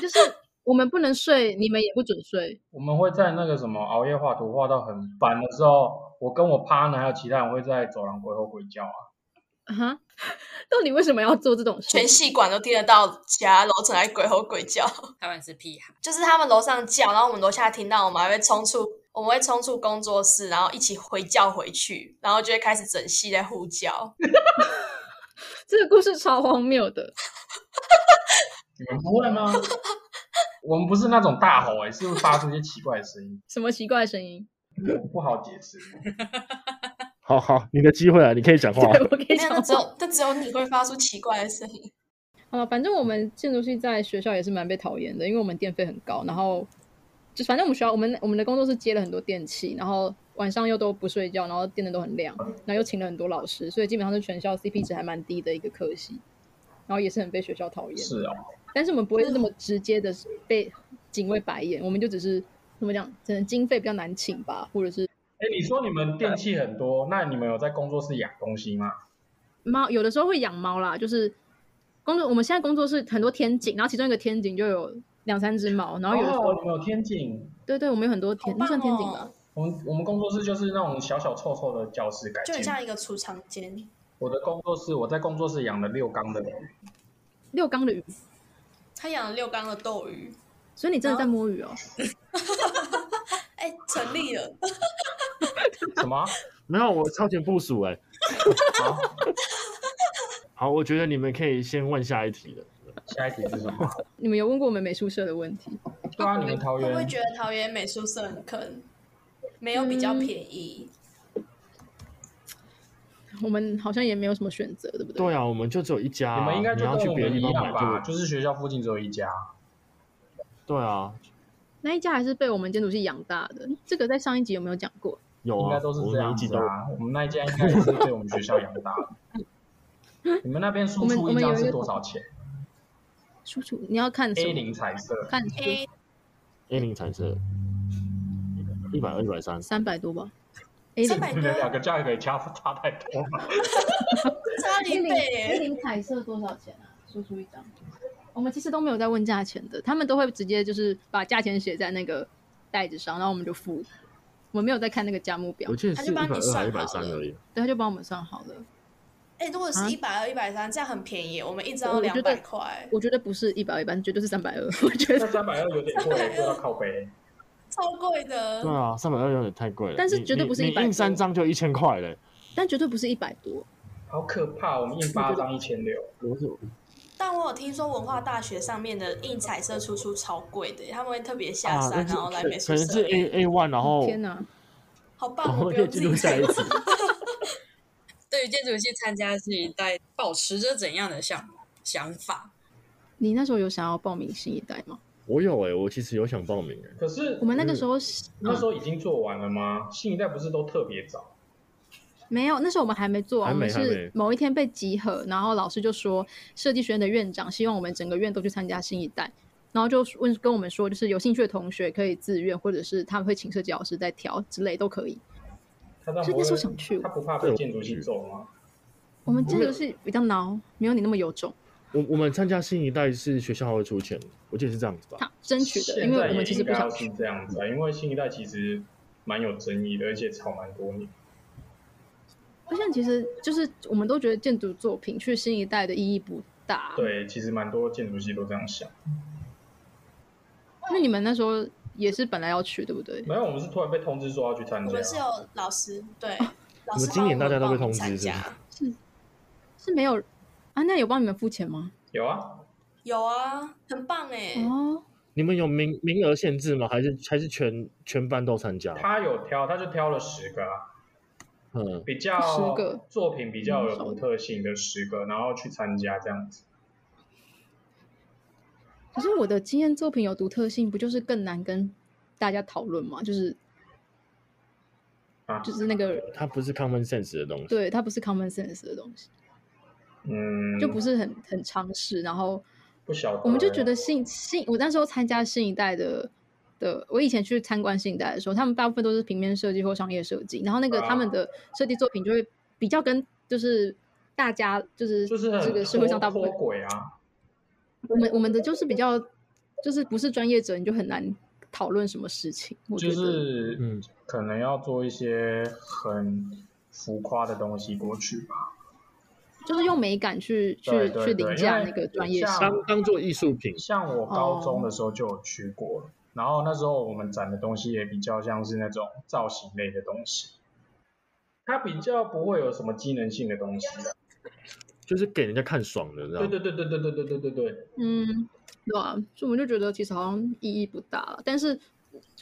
[SPEAKER 1] 就是我们不能睡，你们也不准睡。
[SPEAKER 4] 我们会在那个什么熬夜画图画到很烦的时候，我跟我 partner 还有其他人会在走廊鬼吼鬼叫啊。
[SPEAKER 1] 啊哈， 到底为什么要做这种事
[SPEAKER 3] 全？系馆都听得到，其他楼层还鬼吼鬼叫，
[SPEAKER 2] 台湾是屁孩，
[SPEAKER 3] 就是他们楼上叫，然后我们楼下听到，我们还会冲出，我们会冲出工作室，然后一起回叫回去，然后就会开始整系在呼叫。
[SPEAKER 1] 这个故事超荒谬的。
[SPEAKER 4] 你们不会 吗？我们不是那种大吼、欸，是会发出一些奇怪的声音，
[SPEAKER 1] 什么奇怪的声音？
[SPEAKER 4] 我不好解释。
[SPEAKER 5] 好好，你的机会啊，你可以讲话。
[SPEAKER 1] 对，我可以
[SPEAKER 3] 没有，
[SPEAKER 1] 讲
[SPEAKER 3] 那
[SPEAKER 1] 话。
[SPEAKER 3] 只有那只有你会发出奇怪的声音。
[SPEAKER 1] 好了，反正我们建筑系在学校也是蛮被讨厌的，因为我们电费很高，然后就反正我们学校我们我们的工作室接了很多电器，然后晚上又都不睡觉，然后电灯都很亮，然后又请了很多老师，所以基本上是全校 CP 值还蛮低的一个科系，然后也是很被学校讨厌。
[SPEAKER 4] 是啊，
[SPEAKER 1] 但是我们不会那么直接的被警卫白眼，我们就只是怎么讲，可能经费比较难请吧，或者是
[SPEAKER 4] 哎，你说你们电器很多，那你们有在工作室养东西吗？
[SPEAKER 1] 猫有的时候会养猫啦，就是工作我们现在工作室很多天井，然后其中一个天井就有两三只猫，然后有的时候、
[SPEAKER 4] 哦，你们有天井，
[SPEAKER 1] 对对，我们有很多天，那
[SPEAKER 2] 好
[SPEAKER 1] 算
[SPEAKER 2] 棒
[SPEAKER 1] 天井
[SPEAKER 2] 哦
[SPEAKER 1] 吧？
[SPEAKER 4] 我们我们工作室就是那种小小臭臭的教室改
[SPEAKER 3] 就很
[SPEAKER 4] 建。
[SPEAKER 3] 像一个储藏间。
[SPEAKER 4] 我的工作室，我在工作室养了六缸的
[SPEAKER 1] 六缸的鱼，
[SPEAKER 3] 他养了六缸的斗鱼，
[SPEAKER 1] 所以你真的在摸鱼哦？
[SPEAKER 3] 哎，成立了。
[SPEAKER 4] 什么？啊
[SPEAKER 5] 没有，我超前部署哎、
[SPEAKER 4] 好，
[SPEAKER 5] 好，我觉得你们可以先问下一题了。
[SPEAKER 4] 下一题是什么？
[SPEAKER 1] 你们有问过我们美术社的问题？
[SPEAKER 4] 对啊，你们桃
[SPEAKER 3] 会不会
[SPEAKER 4] 园
[SPEAKER 3] 觉得桃园美术社很坑？没有比
[SPEAKER 1] 嗯
[SPEAKER 3] 较便宜，
[SPEAKER 1] 我们好像也没有什么选择，对不对？
[SPEAKER 5] 对啊，我们就只有一家啊、
[SPEAKER 4] 你们应该就
[SPEAKER 5] 你要
[SPEAKER 4] 跟
[SPEAKER 5] 去
[SPEAKER 4] 我
[SPEAKER 5] 别的
[SPEAKER 4] 们
[SPEAKER 5] 地
[SPEAKER 4] 一
[SPEAKER 5] 方
[SPEAKER 4] 样
[SPEAKER 5] 买
[SPEAKER 4] 吧？
[SPEAKER 5] 就
[SPEAKER 4] 就是学校附近只有一家。
[SPEAKER 5] 对啊，
[SPEAKER 1] 那一家还是被我们建筑系养大的，这个在上一集有没有讲过？
[SPEAKER 5] 有
[SPEAKER 4] 应
[SPEAKER 5] 啊，
[SPEAKER 4] 该都是
[SPEAKER 5] 我
[SPEAKER 4] 这
[SPEAKER 5] 们每
[SPEAKER 4] 样
[SPEAKER 5] 一集
[SPEAKER 4] 子
[SPEAKER 5] 都
[SPEAKER 4] 啊。哦我们那一家应该也是被我们学校养大的。 你们那边输
[SPEAKER 1] 我们
[SPEAKER 4] 出
[SPEAKER 1] 我
[SPEAKER 4] 一
[SPEAKER 1] 们有
[SPEAKER 4] 张
[SPEAKER 1] 一
[SPEAKER 4] 是
[SPEAKER 1] 个
[SPEAKER 4] 多少钱
[SPEAKER 1] 叔叔，你要看什
[SPEAKER 4] ？A
[SPEAKER 1] 么？
[SPEAKER 4] 零彩色，
[SPEAKER 1] 看
[SPEAKER 3] A
[SPEAKER 5] A 零彩色，一百二、一百三，
[SPEAKER 1] 三百多吧，A 零
[SPEAKER 3] 三百
[SPEAKER 4] 你
[SPEAKER 3] 多，
[SPEAKER 4] 们两个价格差差太多了。
[SPEAKER 3] 差一倍耶！
[SPEAKER 1] 零彩色多少钱啊？叔叔一张。我们其实都没有在问价钱的，他们都会直接就是把价钱写在那个袋子上，然后我们就付。我们没有在看那个价目表
[SPEAKER 5] 我，记得
[SPEAKER 3] 他
[SPEAKER 5] 是
[SPEAKER 3] 就
[SPEAKER 5] 一百
[SPEAKER 3] 帮你
[SPEAKER 5] 二还
[SPEAKER 3] 算
[SPEAKER 5] 一百
[SPEAKER 3] 好
[SPEAKER 5] 三
[SPEAKER 3] 了
[SPEAKER 5] 而已。
[SPEAKER 1] 对，他就帮我们算好了。
[SPEAKER 3] 哎，如果
[SPEAKER 1] 啊
[SPEAKER 3] 是一百二、一百三，这样很便宜耶，我们一
[SPEAKER 1] 我
[SPEAKER 3] 张
[SPEAKER 1] 我
[SPEAKER 3] 两
[SPEAKER 1] 觉
[SPEAKER 3] 百
[SPEAKER 1] 得
[SPEAKER 3] 块，
[SPEAKER 1] 我觉得不是一百二，一般绝对是三百二。我觉
[SPEAKER 4] 那
[SPEAKER 1] 得，
[SPEAKER 4] 三百二有点贵，贵到靠北。
[SPEAKER 3] 超贵的
[SPEAKER 5] 对。啊，三百二有点太贵了。
[SPEAKER 1] 呃但是
[SPEAKER 5] 你
[SPEAKER 1] 绝对
[SPEAKER 5] 你
[SPEAKER 1] 不是
[SPEAKER 5] 你
[SPEAKER 1] 100
[SPEAKER 5] 印三
[SPEAKER 1] 多
[SPEAKER 5] 张就一千块嘞。
[SPEAKER 1] 但绝对不是一百多。
[SPEAKER 4] 好可怕！我们印八张一千六，
[SPEAKER 5] 我是
[SPEAKER 3] 但我有听说文化大学上面的印彩色输出超贵的耶，他们会特别下
[SPEAKER 5] 啊，
[SPEAKER 3] 山、
[SPEAKER 5] 那是
[SPEAKER 3] 然后来美
[SPEAKER 5] 可
[SPEAKER 3] 术
[SPEAKER 5] 可能是哦
[SPEAKER 3] 社
[SPEAKER 5] A
[SPEAKER 3] 印，
[SPEAKER 5] A one，然
[SPEAKER 4] 哦
[SPEAKER 5] 后
[SPEAKER 1] 天哪！
[SPEAKER 3] 好
[SPEAKER 5] 我
[SPEAKER 3] 棒！我
[SPEAKER 5] 们
[SPEAKER 3] 不
[SPEAKER 5] 可以
[SPEAKER 3] 用
[SPEAKER 5] 进
[SPEAKER 3] 自
[SPEAKER 5] 入
[SPEAKER 3] 己
[SPEAKER 5] 下一
[SPEAKER 3] 猜。
[SPEAKER 5] 题。
[SPEAKER 2] 对于建筑系参加是一代保持着怎样的想想法？
[SPEAKER 1] 你那时候有想要报名新一代吗？
[SPEAKER 5] 我有哎、我其实有想报名哎、
[SPEAKER 4] 可是
[SPEAKER 1] 我们那个
[SPEAKER 5] 嗯
[SPEAKER 1] 时候、
[SPEAKER 4] 那时候已经做完了吗？新一代不是都特别早？
[SPEAKER 1] 嗯没有，那时候我们还没做完，
[SPEAKER 5] 还
[SPEAKER 1] 我
[SPEAKER 5] 没
[SPEAKER 1] 们
[SPEAKER 5] 还
[SPEAKER 1] 是
[SPEAKER 5] 没
[SPEAKER 1] 某一天被集合，然后老师就说设计学院的院长希望我们整个院都去参加新一代，然后就问跟我们说，就是有兴趣的同学可以自愿，或者是他们会请设计老师再调之类都可以。
[SPEAKER 4] 他这样
[SPEAKER 1] 所以
[SPEAKER 4] 不
[SPEAKER 1] 那时候
[SPEAKER 4] 会，
[SPEAKER 1] 想去
[SPEAKER 4] 他不怕被建筑系揍吗？
[SPEAKER 1] 我们
[SPEAKER 5] 我
[SPEAKER 1] 这
[SPEAKER 5] 没
[SPEAKER 1] 个
[SPEAKER 5] 有
[SPEAKER 1] 是比较挠，没有你那么有种，
[SPEAKER 5] 我我们参加新一代是学校会出钱，我记得是这样子吧？
[SPEAKER 1] 他争取的，因
[SPEAKER 4] 现
[SPEAKER 1] 为
[SPEAKER 4] 在
[SPEAKER 1] 我
[SPEAKER 4] 也
[SPEAKER 1] 们其实
[SPEAKER 4] 应
[SPEAKER 1] 不
[SPEAKER 4] 该
[SPEAKER 1] 想
[SPEAKER 4] 要是这样子啊，因为新一代其实蛮有争议的，而且吵蛮多年。
[SPEAKER 1] 而且其实就是我们都觉得建筑作品去新一代的意义不大。，
[SPEAKER 4] 对，其实蛮多建筑系都这样想。
[SPEAKER 1] 那你们那时候也是本来要去，对不对？
[SPEAKER 4] 没有，我们是突然被通知说要去参
[SPEAKER 3] 我
[SPEAKER 4] 加
[SPEAKER 3] 们。是有老师对，老
[SPEAKER 5] 你
[SPEAKER 3] 师
[SPEAKER 5] 啊们今年大家都被通知
[SPEAKER 3] 帮我们
[SPEAKER 5] 是
[SPEAKER 3] 参
[SPEAKER 5] 不是
[SPEAKER 3] 加？
[SPEAKER 1] 是没有啊？那有帮你们付钱吗？
[SPEAKER 4] 有啊，
[SPEAKER 3] 有啊，很棒哎！
[SPEAKER 1] 哦，
[SPEAKER 5] 你们有名名额限制吗？还是还是全全班都参加？
[SPEAKER 4] 他有挑，他就挑了十个啊，
[SPEAKER 5] 嗯，
[SPEAKER 4] 比较
[SPEAKER 1] 10个嗯
[SPEAKER 4] 作品比较有独特性的十个，然后去参加这样子。
[SPEAKER 1] 可是我的经验作品有独特性，不就是更难跟大家讨论吗？就是
[SPEAKER 4] 啊
[SPEAKER 1] 就是那个
[SPEAKER 5] 它不是 common sense 的东西。
[SPEAKER 1] 对，它不是 common sense 的东西，
[SPEAKER 4] 嗯，
[SPEAKER 1] 就不是很很常识。然后
[SPEAKER 4] 不晓得欸。
[SPEAKER 1] 我们就觉得新新，我那时候参加新一代的的，我以前去参观新一代的时候，他们大部分都是平面设计或商业设计，然后那个
[SPEAKER 4] 啊
[SPEAKER 1] 他们的设计作品就会比较跟就是大家就是
[SPEAKER 4] 欸就是很
[SPEAKER 1] 这个社会上大部
[SPEAKER 4] 脱
[SPEAKER 1] 分
[SPEAKER 4] 脱轨啊，
[SPEAKER 1] 我们我们的就是比较就是不是专业者，你就很难讨论什么事情。我觉
[SPEAKER 4] 就
[SPEAKER 1] 得
[SPEAKER 4] 是
[SPEAKER 5] 嗯
[SPEAKER 4] 可能要做一些很浮夸的东西过去吧。
[SPEAKER 1] 就是用美感去去
[SPEAKER 4] 对对
[SPEAKER 1] 去
[SPEAKER 4] 对
[SPEAKER 1] 凌
[SPEAKER 4] 因
[SPEAKER 1] 驾
[SPEAKER 4] 为
[SPEAKER 1] 那个专业
[SPEAKER 4] 像
[SPEAKER 1] 性。
[SPEAKER 5] 当当做艺术品，
[SPEAKER 4] 像我高中的时候就有去过了，然后那时候我们展的东西也比较像是那种造型类的东西，它比较不会有什么机能性的东西。
[SPEAKER 3] 啊
[SPEAKER 5] 就是给人家看爽的，知道
[SPEAKER 4] 对
[SPEAKER 5] 吗？
[SPEAKER 4] 对对对对对对对对对，
[SPEAKER 1] 嗯，对啊，所以我们就觉得其实好像意义不大了。但是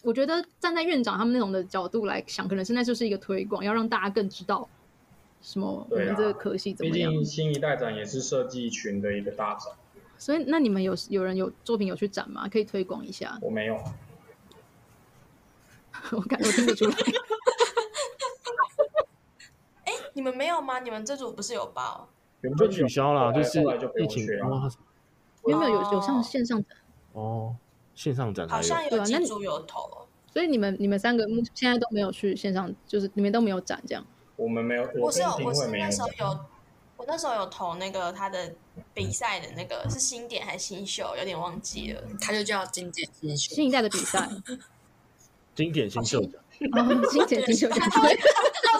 [SPEAKER 1] 我觉得站在院长他们那种的角度来想，可能现在就是一个推广，要让大家更知道什么我
[SPEAKER 4] 对啊
[SPEAKER 1] 们这个科系怎
[SPEAKER 4] 毕
[SPEAKER 1] 么样。
[SPEAKER 4] 竟新一代展也是设计群的一个大展，
[SPEAKER 1] 所以那你们有有人有作品有去展吗？可以推广一下。
[SPEAKER 4] 我没有，
[SPEAKER 1] 我看我听不出 来。
[SPEAKER 3] 哎，你们没有吗？你们这组不是有包？
[SPEAKER 4] 原
[SPEAKER 5] 就
[SPEAKER 4] 本
[SPEAKER 5] 取消了，
[SPEAKER 4] 后来
[SPEAKER 5] 是
[SPEAKER 4] 后来就不
[SPEAKER 5] 疫
[SPEAKER 4] 用
[SPEAKER 5] 情
[SPEAKER 4] 去了
[SPEAKER 5] 哇
[SPEAKER 1] 有没有有有上
[SPEAKER 3] 哦
[SPEAKER 1] 线上的？
[SPEAKER 5] 哦，线上展还
[SPEAKER 3] 好
[SPEAKER 5] 有
[SPEAKER 3] 像
[SPEAKER 1] 对
[SPEAKER 3] 有
[SPEAKER 1] 啊那
[SPEAKER 3] 几
[SPEAKER 1] 你
[SPEAKER 3] 组有投，
[SPEAKER 1] 所以你们你们三个目现在都没有去线上，就是你们都没有展这样。
[SPEAKER 4] 我们没有，
[SPEAKER 3] 我是
[SPEAKER 4] 跟
[SPEAKER 3] 有，
[SPEAKER 4] 丁
[SPEAKER 3] 我
[SPEAKER 4] 慧
[SPEAKER 3] 是
[SPEAKER 4] 没
[SPEAKER 3] 那时候
[SPEAKER 4] 讲
[SPEAKER 3] 有，我那时候有投那个他的比赛的那个是新点还是新秀，有点忘记了。
[SPEAKER 2] 它就叫经济新秀。
[SPEAKER 1] 新一代的比赛，哦，
[SPEAKER 5] 经典新秀奖，
[SPEAKER 1] 新姐金球奖，
[SPEAKER 3] 那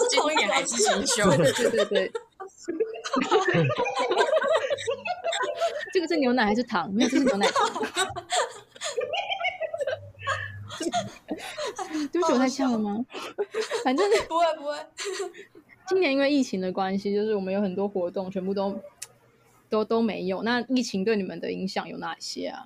[SPEAKER 3] 是同一
[SPEAKER 2] 经典还是新秀？
[SPEAKER 1] 啊对对对对。 这个是牛奶还是糖？没有，这是牛奶糖。 对不起，我太呛了吗？反正
[SPEAKER 3] 不会不会，
[SPEAKER 1] 今年因为疫情的关系，就是我们有很多活动全部都都都没有。那疫情对你们的影响有哪些啊？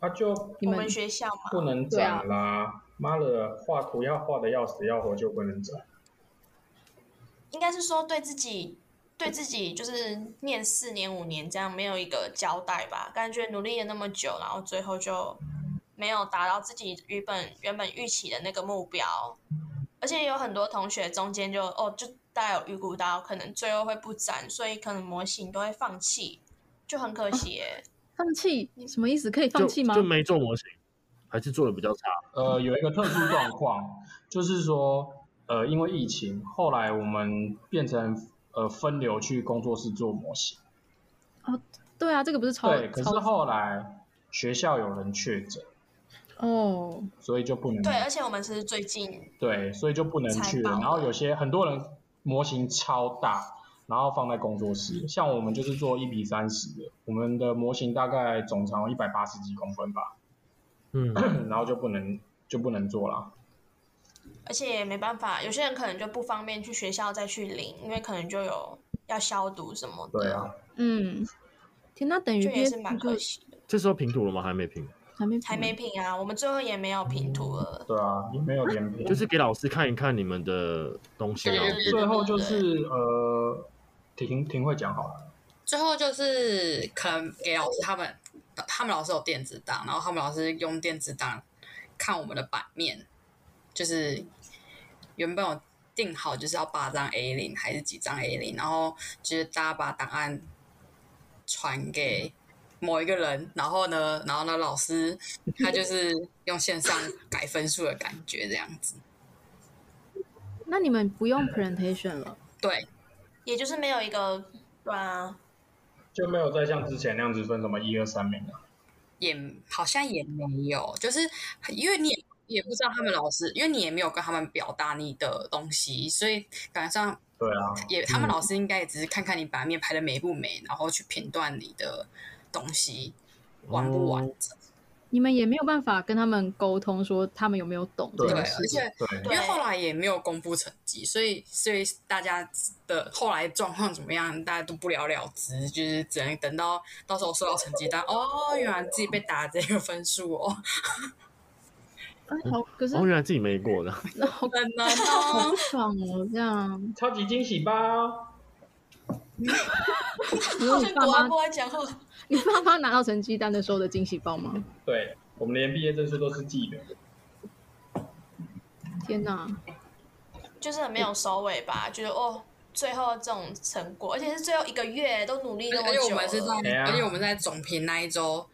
[SPEAKER 4] 他就
[SPEAKER 1] 你
[SPEAKER 3] 我
[SPEAKER 1] 们
[SPEAKER 3] 们学校嘛，
[SPEAKER 4] 不能
[SPEAKER 1] 对啊
[SPEAKER 4] 展啦。妈的，画图要画的要死要活就不能展，
[SPEAKER 3] 应该是说对自己。对自己就是念四年五年这样没有一个交代吧，感觉努力了那么久，然后最后就没有达到自己原本原本预期的那个目标，而且有很多同学中间就哦就大家有预估到可能最后会不展，所以可能模型都会放弃，就很可惜耶。
[SPEAKER 1] 放弃什么意思？可以放
[SPEAKER 5] 就
[SPEAKER 1] 弃吗
[SPEAKER 5] 就？没做模型，还是做的比较差。
[SPEAKER 4] 呃，有一个特殊状况，就是说，呃，因为疫情，后来我们变成呃分流去工作室做模型。
[SPEAKER 1] 对啊，这个不是超
[SPEAKER 4] 对，可是
[SPEAKER 1] 超
[SPEAKER 4] 后来学校有人确诊，
[SPEAKER 1] 哦，
[SPEAKER 4] 所以就不能
[SPEAKER 3] 对，而且我们是最近
[SPEAKER 4] 对所以就不能
[SPEAKER 3] 才
[SPEAKER 4] 去了。
[SPEAKER 3] 报
[SPEAKER 4] 然后
[SPEAKER 3] 的
[SPEAKER 4] 有些很多人模型超大，然后放在工作室，像我们就是做一比三十的，我们的模型大概总长一百八十几公分吧，
[SPEAKER 5] 嗯，
[SPEAKER 4] 然后就不能就不能做了。
[SPEAKER 3] 而且也没办法，有些人可能就不方便去学校再去领，因为可能就有要消毒什么的，
[SPEAKER 4] 对啊，
[SPEAKER 1] 嗯，天，那等于
[SPEAKER 3] 就
[SPEAKER 1] 毕
[SPEAKER 3] 也
[SPEAKER 1] 业
[SPEAKER 3] 是蛮
[SPEAKER 1] 就
[SPEAKER 3] 可惜的。
[SPEAKER 5] 这时候平图了吗？还没平，
[SPEAKER 1] 还没
[SPEAKER 3] 还没评啊，我们最后也没有评图了。
[SPEAKER 4] 对啊，也没有连屏。
[SPEAKER 5] 就是给老师看一看你们的东西啊。
[SPEAKER 3] 对
[SPEAKER 4] 最后就是呃，婷婷会讲好了，
[SPEAKER 2] 最后就是可能给老师他们，他们老师有电子档，然后他们老师用电子档看我们的版面，就是原本有定好就是要八张 A 零还是几张 A 零，然后就是大家把档案传给某一个人，然后呢，然后呢老师他就是用线上改分数的感觉这样子，
[SPEAKER 1] 那你们不用 presentation 了，
[SPEAKER 2] 对，
[SPEAKER 3] 也就是没有一个对啊，
[SPEAKER 4] 就没有再像之前那样子分什么一二三名了。
[SPEAKER 2] 也好像也没有，就是因为你也也不知道他们老师，因为你也没有跟他们表达你的东西，所以感觉上
[SPEAKER 4] 对啊，
[SPEAKER 2] 也他们老师应该也只是看看你版面排的美不美，然后去评断你的东西完不完整。
[SPEAKER 1] 你们也没有办法跟他们沟通说他们有没有懂这
[SPEAKER 4] 对，
[SPEAKER 1] 件
[SPEAKER 4] 啊
[SPEAKER 2] 而
[SPEAKER 1] 事。
[SPEAKER 2] 且
[SPEAKER 4] 对
[SPEAKER 2] 因为后来也没有公布成绩，所以所以大家的后来状况怎么样，大家都不了了之，就是只能等到到时候收到成绩单，哦，原来自己被打这个分数哦，
[SPEAKER 1] 哎好，可是
[SPEAKER 5] 哦，原来自己没过的，
[SPEAKER 1] 那好
[SPEAKER 2] 可能哦
[SPEAKER 1] 好。爽哦，这样。
[SPEAKER 4] 超级惊喜吧！
[SPEAKER 1] 你有你爸
[SPEAKER 3] 国安
[SPEAKER 1] 妈，
[SPEAKER 3] 不会讲话，
[SPEAKER 1] 你爸妈拿到成绩单的时候的惊喜包吗？
[SPEAKER 4] 对，我们连毕业证书都是寄的。
[SPEAKER 1] 天哪，
[SPEAKER 3] 就是很没有收尾吧，觉得哦，最后这种成果，而且是最后一个月都努力那么
[SPEAKER 2] 而且我
[SPEAKER 3] 久
[SPEAKER 2] 们是在
[SPEAKER 3] 了，
[SPEAKER 4] 哎呀，
[SPEAKER 2] 而且我们在总评那一周，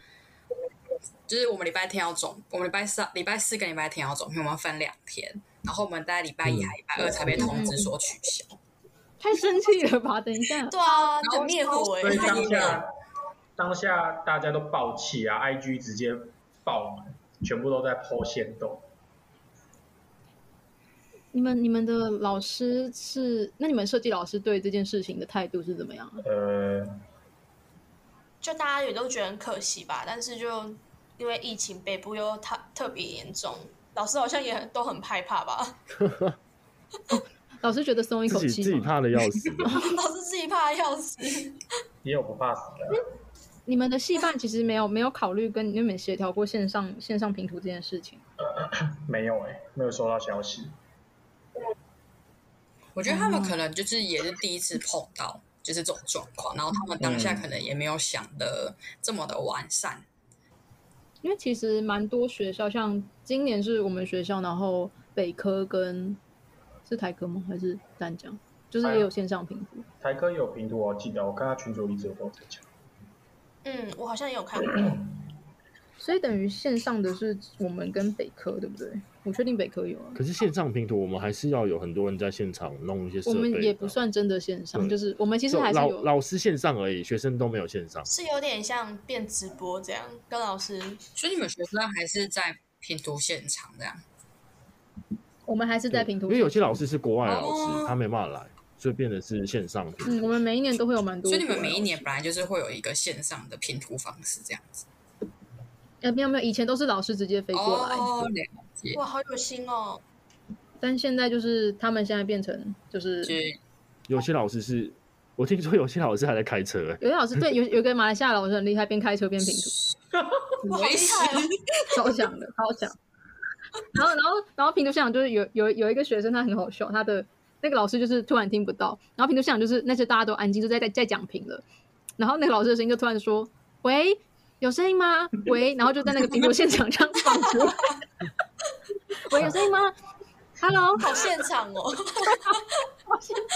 [SPEAKER 2] 就是我们礼拜天要总，我们礼拜三、礼拜四跟礼拜天要总评，我们分两天，然后我们在礼拜一还礼拜二才被通知说取消。
[SPEAKER 1] 太生气了吧！等一下，
[SPEAKER 3] 对啊，
[SPEAKER 2] 后
[SPEAKER 3] 很灭火哎、
[SPEAKER 4] 所以
[SPEAKER 2] 太
[SPEAKER 4] 当
[SPEAKER 2] 厉害了
[SPEAKER 4] 下当下大家都爆气啊，IG 直接爆满，全部都在剖线洞。
[SPEAKER 1] 你们你们的老师是，那你们设计老师对这件事情的态度是怎么样啊？
[SPEAKER 4] 呃，
[SPEAKER 3] 就大家也都觉得很可惜吧，但是就因为疫情，北部又特特别严重，老师好像也很都很害怕吧，
[SPEAKER 1] 老师觉得松一口
[SPEAKER 5] 自己自
[SPEAKER 1] 气
[SPEAKER 5] 己
[SPEAKER 1] 吗？
[SPEAKER 5] 怕的要 死。
[SPEAKER 3] 老师自己怕得要死。
[SPEAKER 4] 也有不怕死的，
[SPEAKER 1] 你们的戏办其实没有没有考虑跟你们协调过线上线上评图这件事情。
[SPEAKER 4] 没有哎、没有收到消息。
[SPEAKER 2] 我觉得他们可能就是也是第一次碰到就是这种
[SPEAKER 4] 嗯
[SPEAKER 2] 状况，然后他们当下可能也没有想的这么的完善。
[SPEAKER 1] 因为其实蛮多学校，像今年是我们学校，然后北科跟是台科吗？还是淡江？就是也有线上评估。
[SPEAKER 4] 台科有评图，我哦记得我看他群主一直有跟我在讲。
[SPEAKER 3] 嗯，我好像也有看过。
[SPEAKER 1] 所以等于线上的是我们跟北科，对不对？我确定北科有啊。
[SPEAKER 5] 可是线上拼图，我们还是要有很多人在现场弄一些设
[SPEAKER 1] 我
[SPEAKER 5] 备的。
[SPEAKER 1] 们也不算真的线上，
[SPEAKER 5] 对
[SPEAKER 1] 就是我们其实
[SPEAKER 5] 就
[SPEAKER 1] 还是
[SPEAKER 5] 老
[SPEAKER 1] 有
[SPEAKER 5] 老师线上而已，学生都没有线上。
[SPEAKER 3] 是有点像变直播这样，跟老师
[SPEAKER 2] 所以你们学生还是在拼图现场这样？
[SPEAKER 1] 我们还是在
[SPEAKER 5] 对
[SPEAKER 1] 评图
[SPEAKER 5] 因为有些老师是国外的老师，
[SPEAKER 2] 哦
[SPEAKER 5] 他没办法来，所以变得是线上拼
[SPEAKER 1] 嗯，
[SPEAKER 5] 图。
[SPEAKER 1] 我们每一年都会有蛮多
[SPEAKER 2] 所
[SPEAKER 1] 国
[SPEAKER 2] 以
[SPEAKER 1] 外老
[SPEAKER 2] 你
[SPEAKER 1] 师。
[SPEAKER 2] 们每一年本来就是会有一个线上的拼图方式这样子。
[SPEAKER 1] 呃没有没有，以前都是老师直接飞过来，
[SPEAKER 2] 哦，了解，
[SPEAKER 3] 哇，好有心哦。
[SPEAKER 1] 但现在就是他们现在变成就是
[SPEAKER 2] 就是
[SPEAKER 5] 有些老师是，我听说有些老师还在开车、欸，
[SPEAKER 1] 有些老师对有有个马来西亚老师很厉害，边开车边拼图，
[SPEAKER 3] 哇，好厉害哦！
[SPEAKER 1] 超强的，超强。然后然后然后拼图现场就是有有有一个学生他很好笑，他的那个老师就是突然听不到，然后拼图现场就是那些大家都安静，就在在在讲评了，然后那个老师的声音就突然说：“喂，有声音吗？喂。”然后就在那个拼图现场这样放出来， 喂，有声音吗？Hello，
[SPEAKER 3] 好现场 哦，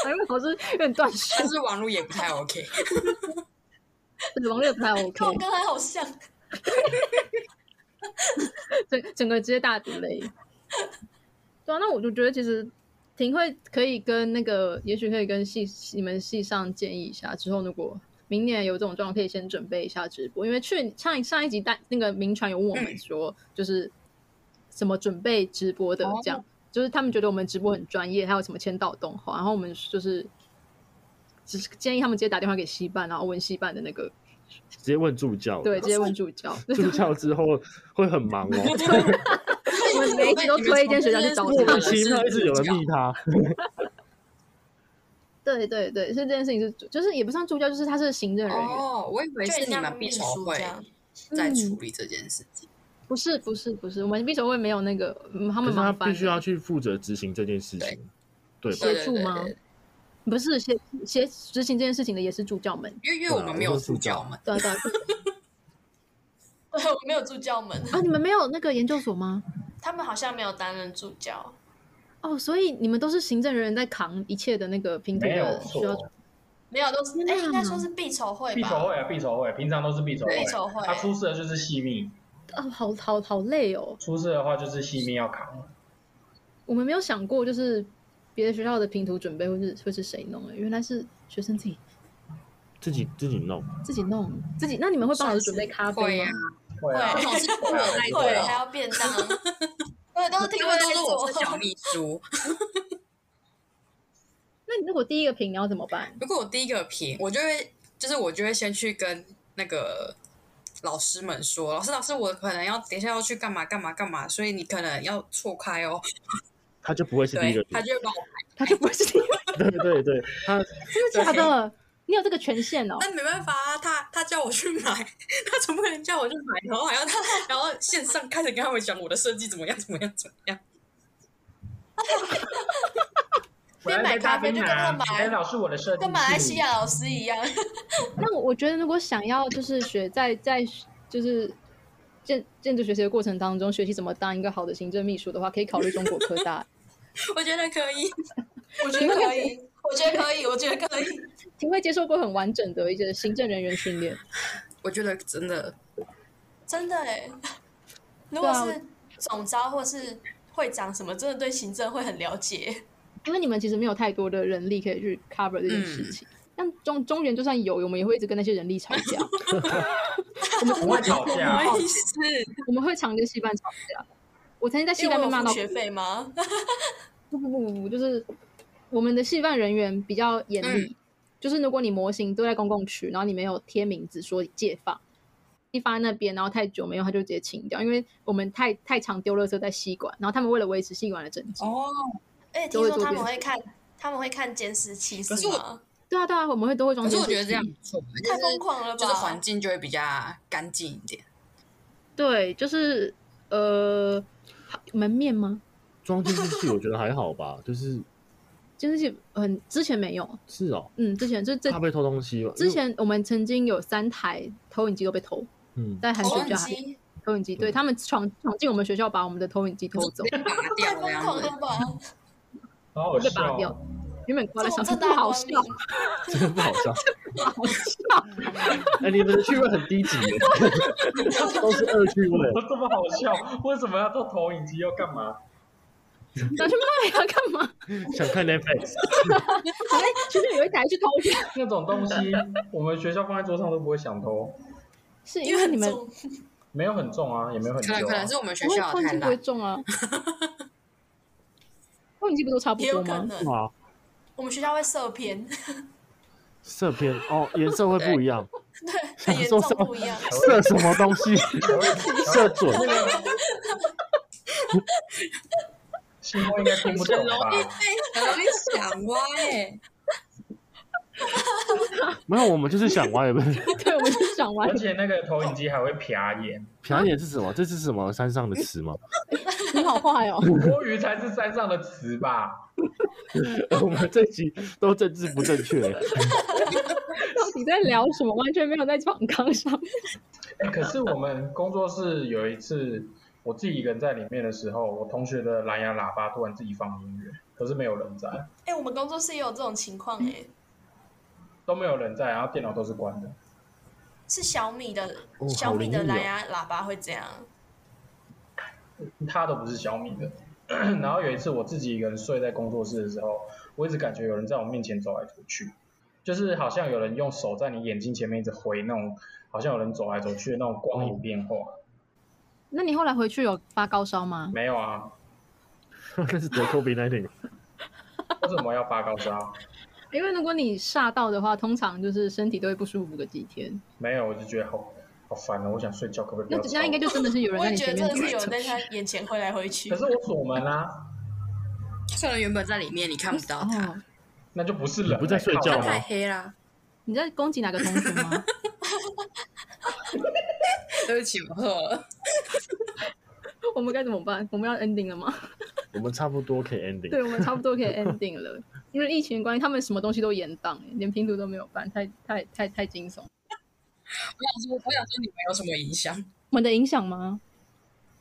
[SPEAKER 1] 然后老师有点断线
[SPEAKER 2] 但，是网络也不太 OK。
[SPEAKER 1] 对网络也不太 OK，
[SPEAKER 3] 跟我跟他好像。
[SPEAKER 1] 整整个直接大跌雷。对啊，那我就觉得其实婷会可以跟那个，也许可以跟系你们系上建议一下，之后如果明年有这种状况，可以先准备一下直播，因为去上一上一集大那个名传有问我们说，就是怎么准备直播的
[SPEAKER 2] 哦
[SPEAKER 1] 这样。就是他们觉得我们直播很专业，还有什么签到动画，然后我们就是只是建议他们直接打电话给戏办，然后问戏办的那个，
[SPEAKER 5] 直接问助教。
[SPEAKER 1] 对，直接问助教。
[SPEAKER 5] 助教之后会很忙哦，
[SPEAKER 1] 我们每一集都推一间学校去找
[SPEAKER 5] 莫
[SPEAKER 1] 助
[SPEAKER 5] 名
[SPEAKER 1] 教。
[SPEAKER 5] 其妙一直有 人密他。
[SPEAKER 1] 对对对，是这件事情是主，就是也不算助教，就是他是行政人员，
[SPEAKER 2] 哦，我以为
[SPEAKER 3] 就是
[SPEAKER 2] 你
[SPEAKER 3] 像
[SPEAKER 2] 们
[SPEAKER 3] 秘
[SPEAKER 2] 必筹
[SPEAKER 3] 书
[SPEAKER 2] 会
[SPEAKER 3] 这样
[SPEAKER 2] 在
[SPEAKER 1] 嗯
[SPEAKER 2] 处理这件事情。
[SPEAKER 1] 不是不是不是，我们必筹会没有那个，嗯，他
[SPEAKER 5] 可
[SPEAKER 1] 们
[SPEAKER 5] 是他
[SPEAKER 1] 忙翻
[SPEAKER 5] 必须要
[SPEAKER 1] 了
[SPEAKER 5] 去负责执行这件事情，对吧？
[SPEAKER 1] 协助吗
[SPEAKER 2] 对对对对？
[SPEAKER 1] 不是协协执行这件事情的也是助教们，
[SPEAKER 2] 因为因为我们没有助 教嘛，
[SPEAKER 1] 对啊对啊
[SPEAKER 3] 对，我没有助教们，
[SPEAKER 1] 啊，你们没有那个研究所吗？
[SPEAKER 3] 他们好像没有担任助教。
[SPEAKER 1] 哦，所以你们都是行政人员在扛一切的那个拼图
[SPEAKER 4] 没有
[SPEAKER 1] 的需要
[SPEAKER 4] 错，
[SPEAKER 3] 没有，都是
[SPEAKER 1] 天哪
[SPEAKER 3] 哎，应该说是必筹会
[SPEAKER 4] 必筹
[SPEAKER 3] 吧？
[SPEAKER 4] 会啊，必筹会，平常都是必筹会。
[SPEAKER 3] 必筹会
[SPEAKER 4] 他出事的就是细密，
[SPEAKER 1] 哦，好好好累哦，
[SPEAKER 4] 出事的话就是细密要扛。
[SPEAKER 1] 我们没有想过就是别的学校的拼图准备会是会是谁弄的，原来是学生自己
[SPEAKER 5] 自己自己弄。
[SPEAKER 1] 自己弄自己，那你们会帮老师准备咖
[SPEAKER 2] 会
[SPEAKER 1] 啡
[SPEAKER 2] 呀
[SPEAKER 1] 吗？，
[SPEAKER 4] 会啊，
[SPEAKER 3] 会
[SPEAKER 2] 这种事情我有在做
[SPEAKER 3] 会还
[SPEAKER 2] 啊，
[SPEAKER 3] 要便当，对，都是
[SPEAKER 1] 啊
[SPEAKER 3] 听
[SPEAKER 2] 因
[SPEAKER 3] 我
[SPEAKER 2] 为
[SPEAKER 3] 在
[SPEAKER 2] 都是我是小
[SPEAKER 3] 做。
[SPEAKER 2] 秘书。
[SPEAKER 1] 那你如果第一个评你要怎么办？
[SPEAKER 2] 如果我第一个评，我就会就是我就会先去跟那个老师们说，老师老师，我可能要等一下要去干嘛干嘛干嘛，所以你可能要错开哦。
[SPEAKER 5] 他就不会是第一个
[SPEAKER 2] 对，
[SPEAKER 5] 评
[SPEAKER 2] 他，就会把我，
[SPEAKER 1] 他就不会是第一个
[SPEAKER 5] 对 对对，他
[SPEAKER 1] 真的假的？ 你有这个权限哦？
[SPEAKER 2] 但没办法啊，他他叫我去买，他总不能叫我去买，然后还要他，然后线上开始跟他们讲我的设计怎么样怎么样怎么样。
[SPEAKER 3] 边啊买咖啡就跟他买
[SPEAKER 4] 哎，老师，我的设计
[SPEAKER 3] 跟马来西亚老师 一样，
[SPEAKER 1] 那我我觉得，如果想要就是学在在就是建建筑学习的过程当中，学习怎么当一个好的行政秘书的话，可以考虑中国科大。
[SPEAKER 2] 我觉得可以，
[SPEAKER 3] 我觉得可以，我觉得可以，我觉得可以。
[SPEAKER 1] 庭会接受过很完整的一个行政人员训练，
[SPEAKER 2] 我觉得真的
[SPEAKER 3] 真的哎，如果是总招或是会长什么，真的对行政会很了解。
[SPEAKER 1] 因为你们其实没有太多的人力可以去 cover 这件
[SPEAKER 3] 嗯
[SPEAKER 1] 事情。像中中原就算有，我们也会一直跟那些人力吵架，
[SPEAKER 4] 不会吵
[SPEAKER 2] 不
[SPEAKER 4] 架，
[SPEAKER 2] 好意思，
[SPEAKER 1] 我们会常跟戏班吵架。我曾经在戏
[SPEAKER 3] 因为
[SPEAKER 1] 班被
[SPEAKER 3] 我
[SPEAKER 1] 骂
[SPEAKER 3] 有付
[SPEAKER 1] 到
[SPEAKER 3] 学费吗？
[SPEAKER 1] 不不不不不，就是我们的戏办人员比较严厉，
[SPEAKER 2] 嗯
[SPEAKER 1] 就是如果你模型都在公共区，然后你没有贴名字说借放，你放在那边，然后太久没用，他就直接清掉，因为我们太太常丢垃圾在吸管，然后他们为了维持吸管的整洁，
[SPEAKER 2] 哦，
[SPEAKER 3] 而且听说他们会看，他们会看监视器是
[SPEAKER 2] 可是我
[SPEAKER 3] 吗？
[SPEAKER 1] 对啊对啊，我们会都会装
[SPEAKER 2] 可是
[SPEAKER 1] 监视器，
[SPEAKER 2] 我觉得这样不错，
[SPEAKER 3] 太疯狂了吧！
[SPEAKER 2] 就是环境就会比较干净一点。
[SPEAKER 1] 对，就是呃门面吗？
[SPEAKER 5] 装监视器，我觉得还好吧，就是
[SPEAKER 1] 监视器很之前没有，
[SPEAKER 5] 是哦，
[SPEAKER 1] 嗯，之前就这
[SPEAKER 5] 怕被偷东西吧。
[SPEAKER 1] 之前我们曾经有三台投影机都被偷，
[SPEAKER 5] 因为嗯，
[SPEAKER 1] 在寒暑
[SPEAKER 2] 哦
[SPEAKER 3] 投影
[SPEAKER 1] 假
[SPEAKER 3] 机，
[SPEAKER 1] 投影机，对他们闯闯进我们学校，把我们的投影机偷走，
[SPEAKER 2] 拔
[SPEAKER 3] 太
[SPEAKER 2] 掉
[SPEAKER 3] 疯
[SPEAKER 2] 了
[SPEAKER 3] 狂
[SPEAKER 2] 呀。
[SPEAKER 3] 了吧！
[SPEAKER 4] 好好
[SPEAKER 1] 被
[SPEAKER 4] 笑
[SPEAKER 1] 拔掉
[SPEAKER 4] 哦。。
[SPEAKER 1] 原本挂在
[SPEAKER 3] 这
[SPEAKER 1] 上
[SPEAKER 3] 么
[SPEAKER 1] 面
[SPEAKER 3] 正
[SPEAKER 1] 不
[SPEAKER 3] 大
[SPEAKER 1] 好
[SPEAKER 3] 光
[SPEAKER 1] 笑
[SPEAKER 3] 明，，
[SPEAKER 5] 真的不好笑。
[SPEAKER 1] 不好 笑，
[SPEAKER 5] 哎，你们的趣味很低级耶， 都是恶趣味。
[SPEAKER 4] 这么好笑，为什么要做投影机？要干嘛？
[SPEAKER 1] 拿去卖啊，干嘛？
[SPEAKER 5] 想看 Netflix，
[SPEAKER 1] 哎，学校有一台去偷的，
[SPEAKER 4] 那种东西，我们学校放在桌上都不会想偷，
[SPEAKER 1] 是
[SPEAKER 3] 因
[SPEAKER 1] 因
[SPEAKER 3] 为
[SPEAKER 1] 为
[SPEAKER 3] 很
[SPEAKER 1] 你们
[SPEAKER 3] 重
[SPEAKER 4] 没有很重啊，也没有很
[SPEAKER 2] 可
[SPEAKER 4] 重、
[SPEAKER 2] 能可
[SPEAKER 4] 啊
[SPEAKER 2] 能。是我们学
[SPEAKER 1] 不会
[SPEAKER 2] 校
[SPEAKER 1] 投
[SPEAKER 2] 的
[SPEAKER 1] 影
[SPEAKER 2] 太
[SPEAKER 1] 机不
[SPEAKER 2] 烂
[SPEAKER 1] 会，中啊， 投影机不都差不
[SPEAKER 3] 也
[SPEAKER 1] 多
[SPEAKER 3] 有可
[SPEAKER 1] 吗？哦
[SPEAKER 3] 能。
[SPEAKER 5] 是吗？
[SPEAKER 3] 我们学校会射偏，
[SPEAKER 5] 色片哦，颜色会不一样，
[SPEAKER 3] 很 严重不一 样。
[SPEAKER 5] 色什么东西？
[SPEAKER 4] 才会才
[SPEAKER 5] 色
[SPEAKER 4] 会
[SPEAKER 5] 准
[SPEAKER 4] 那个星光应该听不懂吧？
[SPEAKER 3] 哎
[SPEAKER 2] 很容易想歪欸。
[SPEAKER 5] 没有，我们就是想歪，不是？
[SPEAKER 1] 对，我们就想玩
[SPEAKER 4] 而，且那个投影机还会撇眼，
[SPEAKER 5] 瞟眼是什么？这是什么山上的词吗？
[SPEAKER 1] 你好坏哦。
[SPEAKER 4] 摸鱼才是山上的词吧？
[SPEAKER 5] 我们这集都政治不正确。
[SPEAKER 1] 到底在聊什么？完全没有在访纲上面。
[SPEAKER 4] 哎、可是我们工作室有一次，我自己一个人在里面的时候，我同学的蓝牙喇叭突然自己放音乐，可是没有人在，
[SPEAKER 3] 哎、我们工作室也有这种情
[SPEAKER 1] 嗯
[SPEAKER 3] 况哎、
[SPEAKER 4] 都没有人在，然后电脑都是关的。
[SPEAKER 3] 是小米的、
[SPEAKER 5] 哦
[SPEAKER 3] 小米
[SPEAKER 5] 好
[SPEAKER 3] 的
[SPEAKER 5] 灵异哦
[SPEAKER 3] 蓝牙喇叭会这样。
[SPEAKER 4] 他都不是小米的。 然后有一次我自己一个人睡在工作室的时候，我一直感觉有人在我面前走来走去，就是好像有人用手在你眼睛前面一直挥那种，好像有人走来走去的那种光影变化。
[SPEAKER 1] 那你后来回去有发高烧吗？
[SPEAKER 4] 没有啊，
[SPEAKER 5] 那是得 COVID 1 9
[SPEAKER 4] 为什么要发高烧？
[SPEAKER 1] 因为如果你吓到的话，通常就是身体都会不舒服个几天。
[SPEAKER 4] 没有，我就觉得好好烦哦，我想睡觉，可不可以不
[SPEAKER 1] 那
[SPEAKER 4] 要吵？
[SPEAKER 1] 那应该就真的是有人
[SPEAKER 3] 我
[SPEAKER 1] 在
[SPEAKER 3] 也
[SPEAKER 1] 你
[SPEAKER 3] 觉
[SPEAKER 1] 前
[SPEAKER 3] 得
[SPEAKER 1] 面
[SPEAKER 3] 真
[SPEAKER 1] 走
[SPEAKER 3] 的是
[SPEAKER 1] 来
[SPEAKER 3] 有
[SPEAKER 1] 走
[SPEAKER 3] 人在
[SPEAKER 1] 去。
[SPEAKER 3] 他眼前挥来挥去
[SPEAKER 4] 可。是我锁门啊啦、
[SPEAKER 2] 可能原本在里面，你看不到它，
[SPEAKER 1] 哦，
[SPEAKER 4] 那就不是人、
[SPEAKER 5] 你不在睡觉
[SPEAKER 4] 靠
[SPEAKER 5] 吗
[SPEAKER 2] 太黑啦。
[SPEAKER 1] 你在攻击哪个同学吗？
[SPEAKER 2] 对不起，我错了。
[SPEAKER 1] 我们该怎么办？我们要 ending 了吗？
[SPEAKER 5] 我们差不多可以 ending。
[SPEAKER 1] 对，我们差不多可 以 ending 了。因为疫情的关系，他们什么东西都延档，连拼图都没有办，太太太太惊悚。
[SPEAKER 2] 我想说，我想说你们有什么影响？
[SPEAKER 1] 我们的影响吗？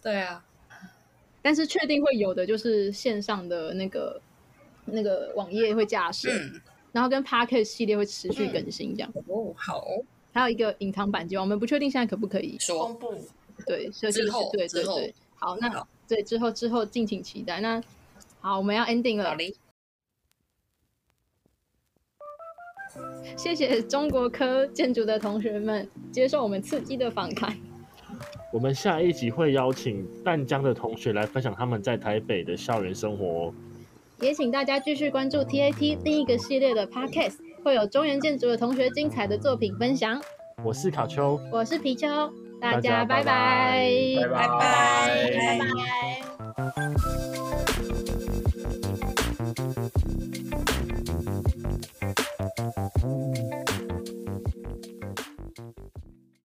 [SPEAKER 2] 对啊，
[SPEAKER 1] 但是确定会有的，就是线上的那个那个网页会架设，
[SPEAKER 2] 嗯，
[SPEAKER 1] 然后跟 p a c k e t 系列会持续更新，这样。
[SPEAKER 2] 哦，好哦，
[SPEAKER 1] 还有一个隐藏版计划，我们不确定现在可不可以
[SPEAKER 2] 说
[SPEAKER 3] 公布
[SPEAKER 1] 对设计
[SPEAKER 2] 之
[SPEAKER 1] 师
[SPEAKER 2] 后，
[SPEAKER 1] 对对
[SPEAKER 2] 之后
[SPEAKER 1] 对。好，那
[SPEAKER 2] 好
[SPEAKER 1] 对之后之后敬请期待。那好，我们要 ending
[SPEAKER 2] 好
[SPEAKER 1] 了，
[SPEAKER 2] 嘞，
[SPEAKER 1] 谢谢中国科建筑的同学们接受我们刺激的访谈。
[SPEAKER 5] 我们下一集会邀请淡江的同学来分享他们在台北的校园生活哦。
[SPEAKER 1] 也请大家继续关注 TAT 另一个系列的 Podcast，会有中原建筑的同学精彩的作品分享。
[SPEAKER 5] 我是卡丘，
[SPEAKER 1] 我是皮丘，大
[SPEAKER 5] 大家
[SPEAKER 1] 家
[SPEAKER 5] 拜
[SPEAKER 1] 拜
[SPEAKER 5] 拜
[SPEAKER 1] 拜
[SPEAKER 4] 拜
[SPEAKER 2] 拜拜
[SPEAKER 3] 拜拜。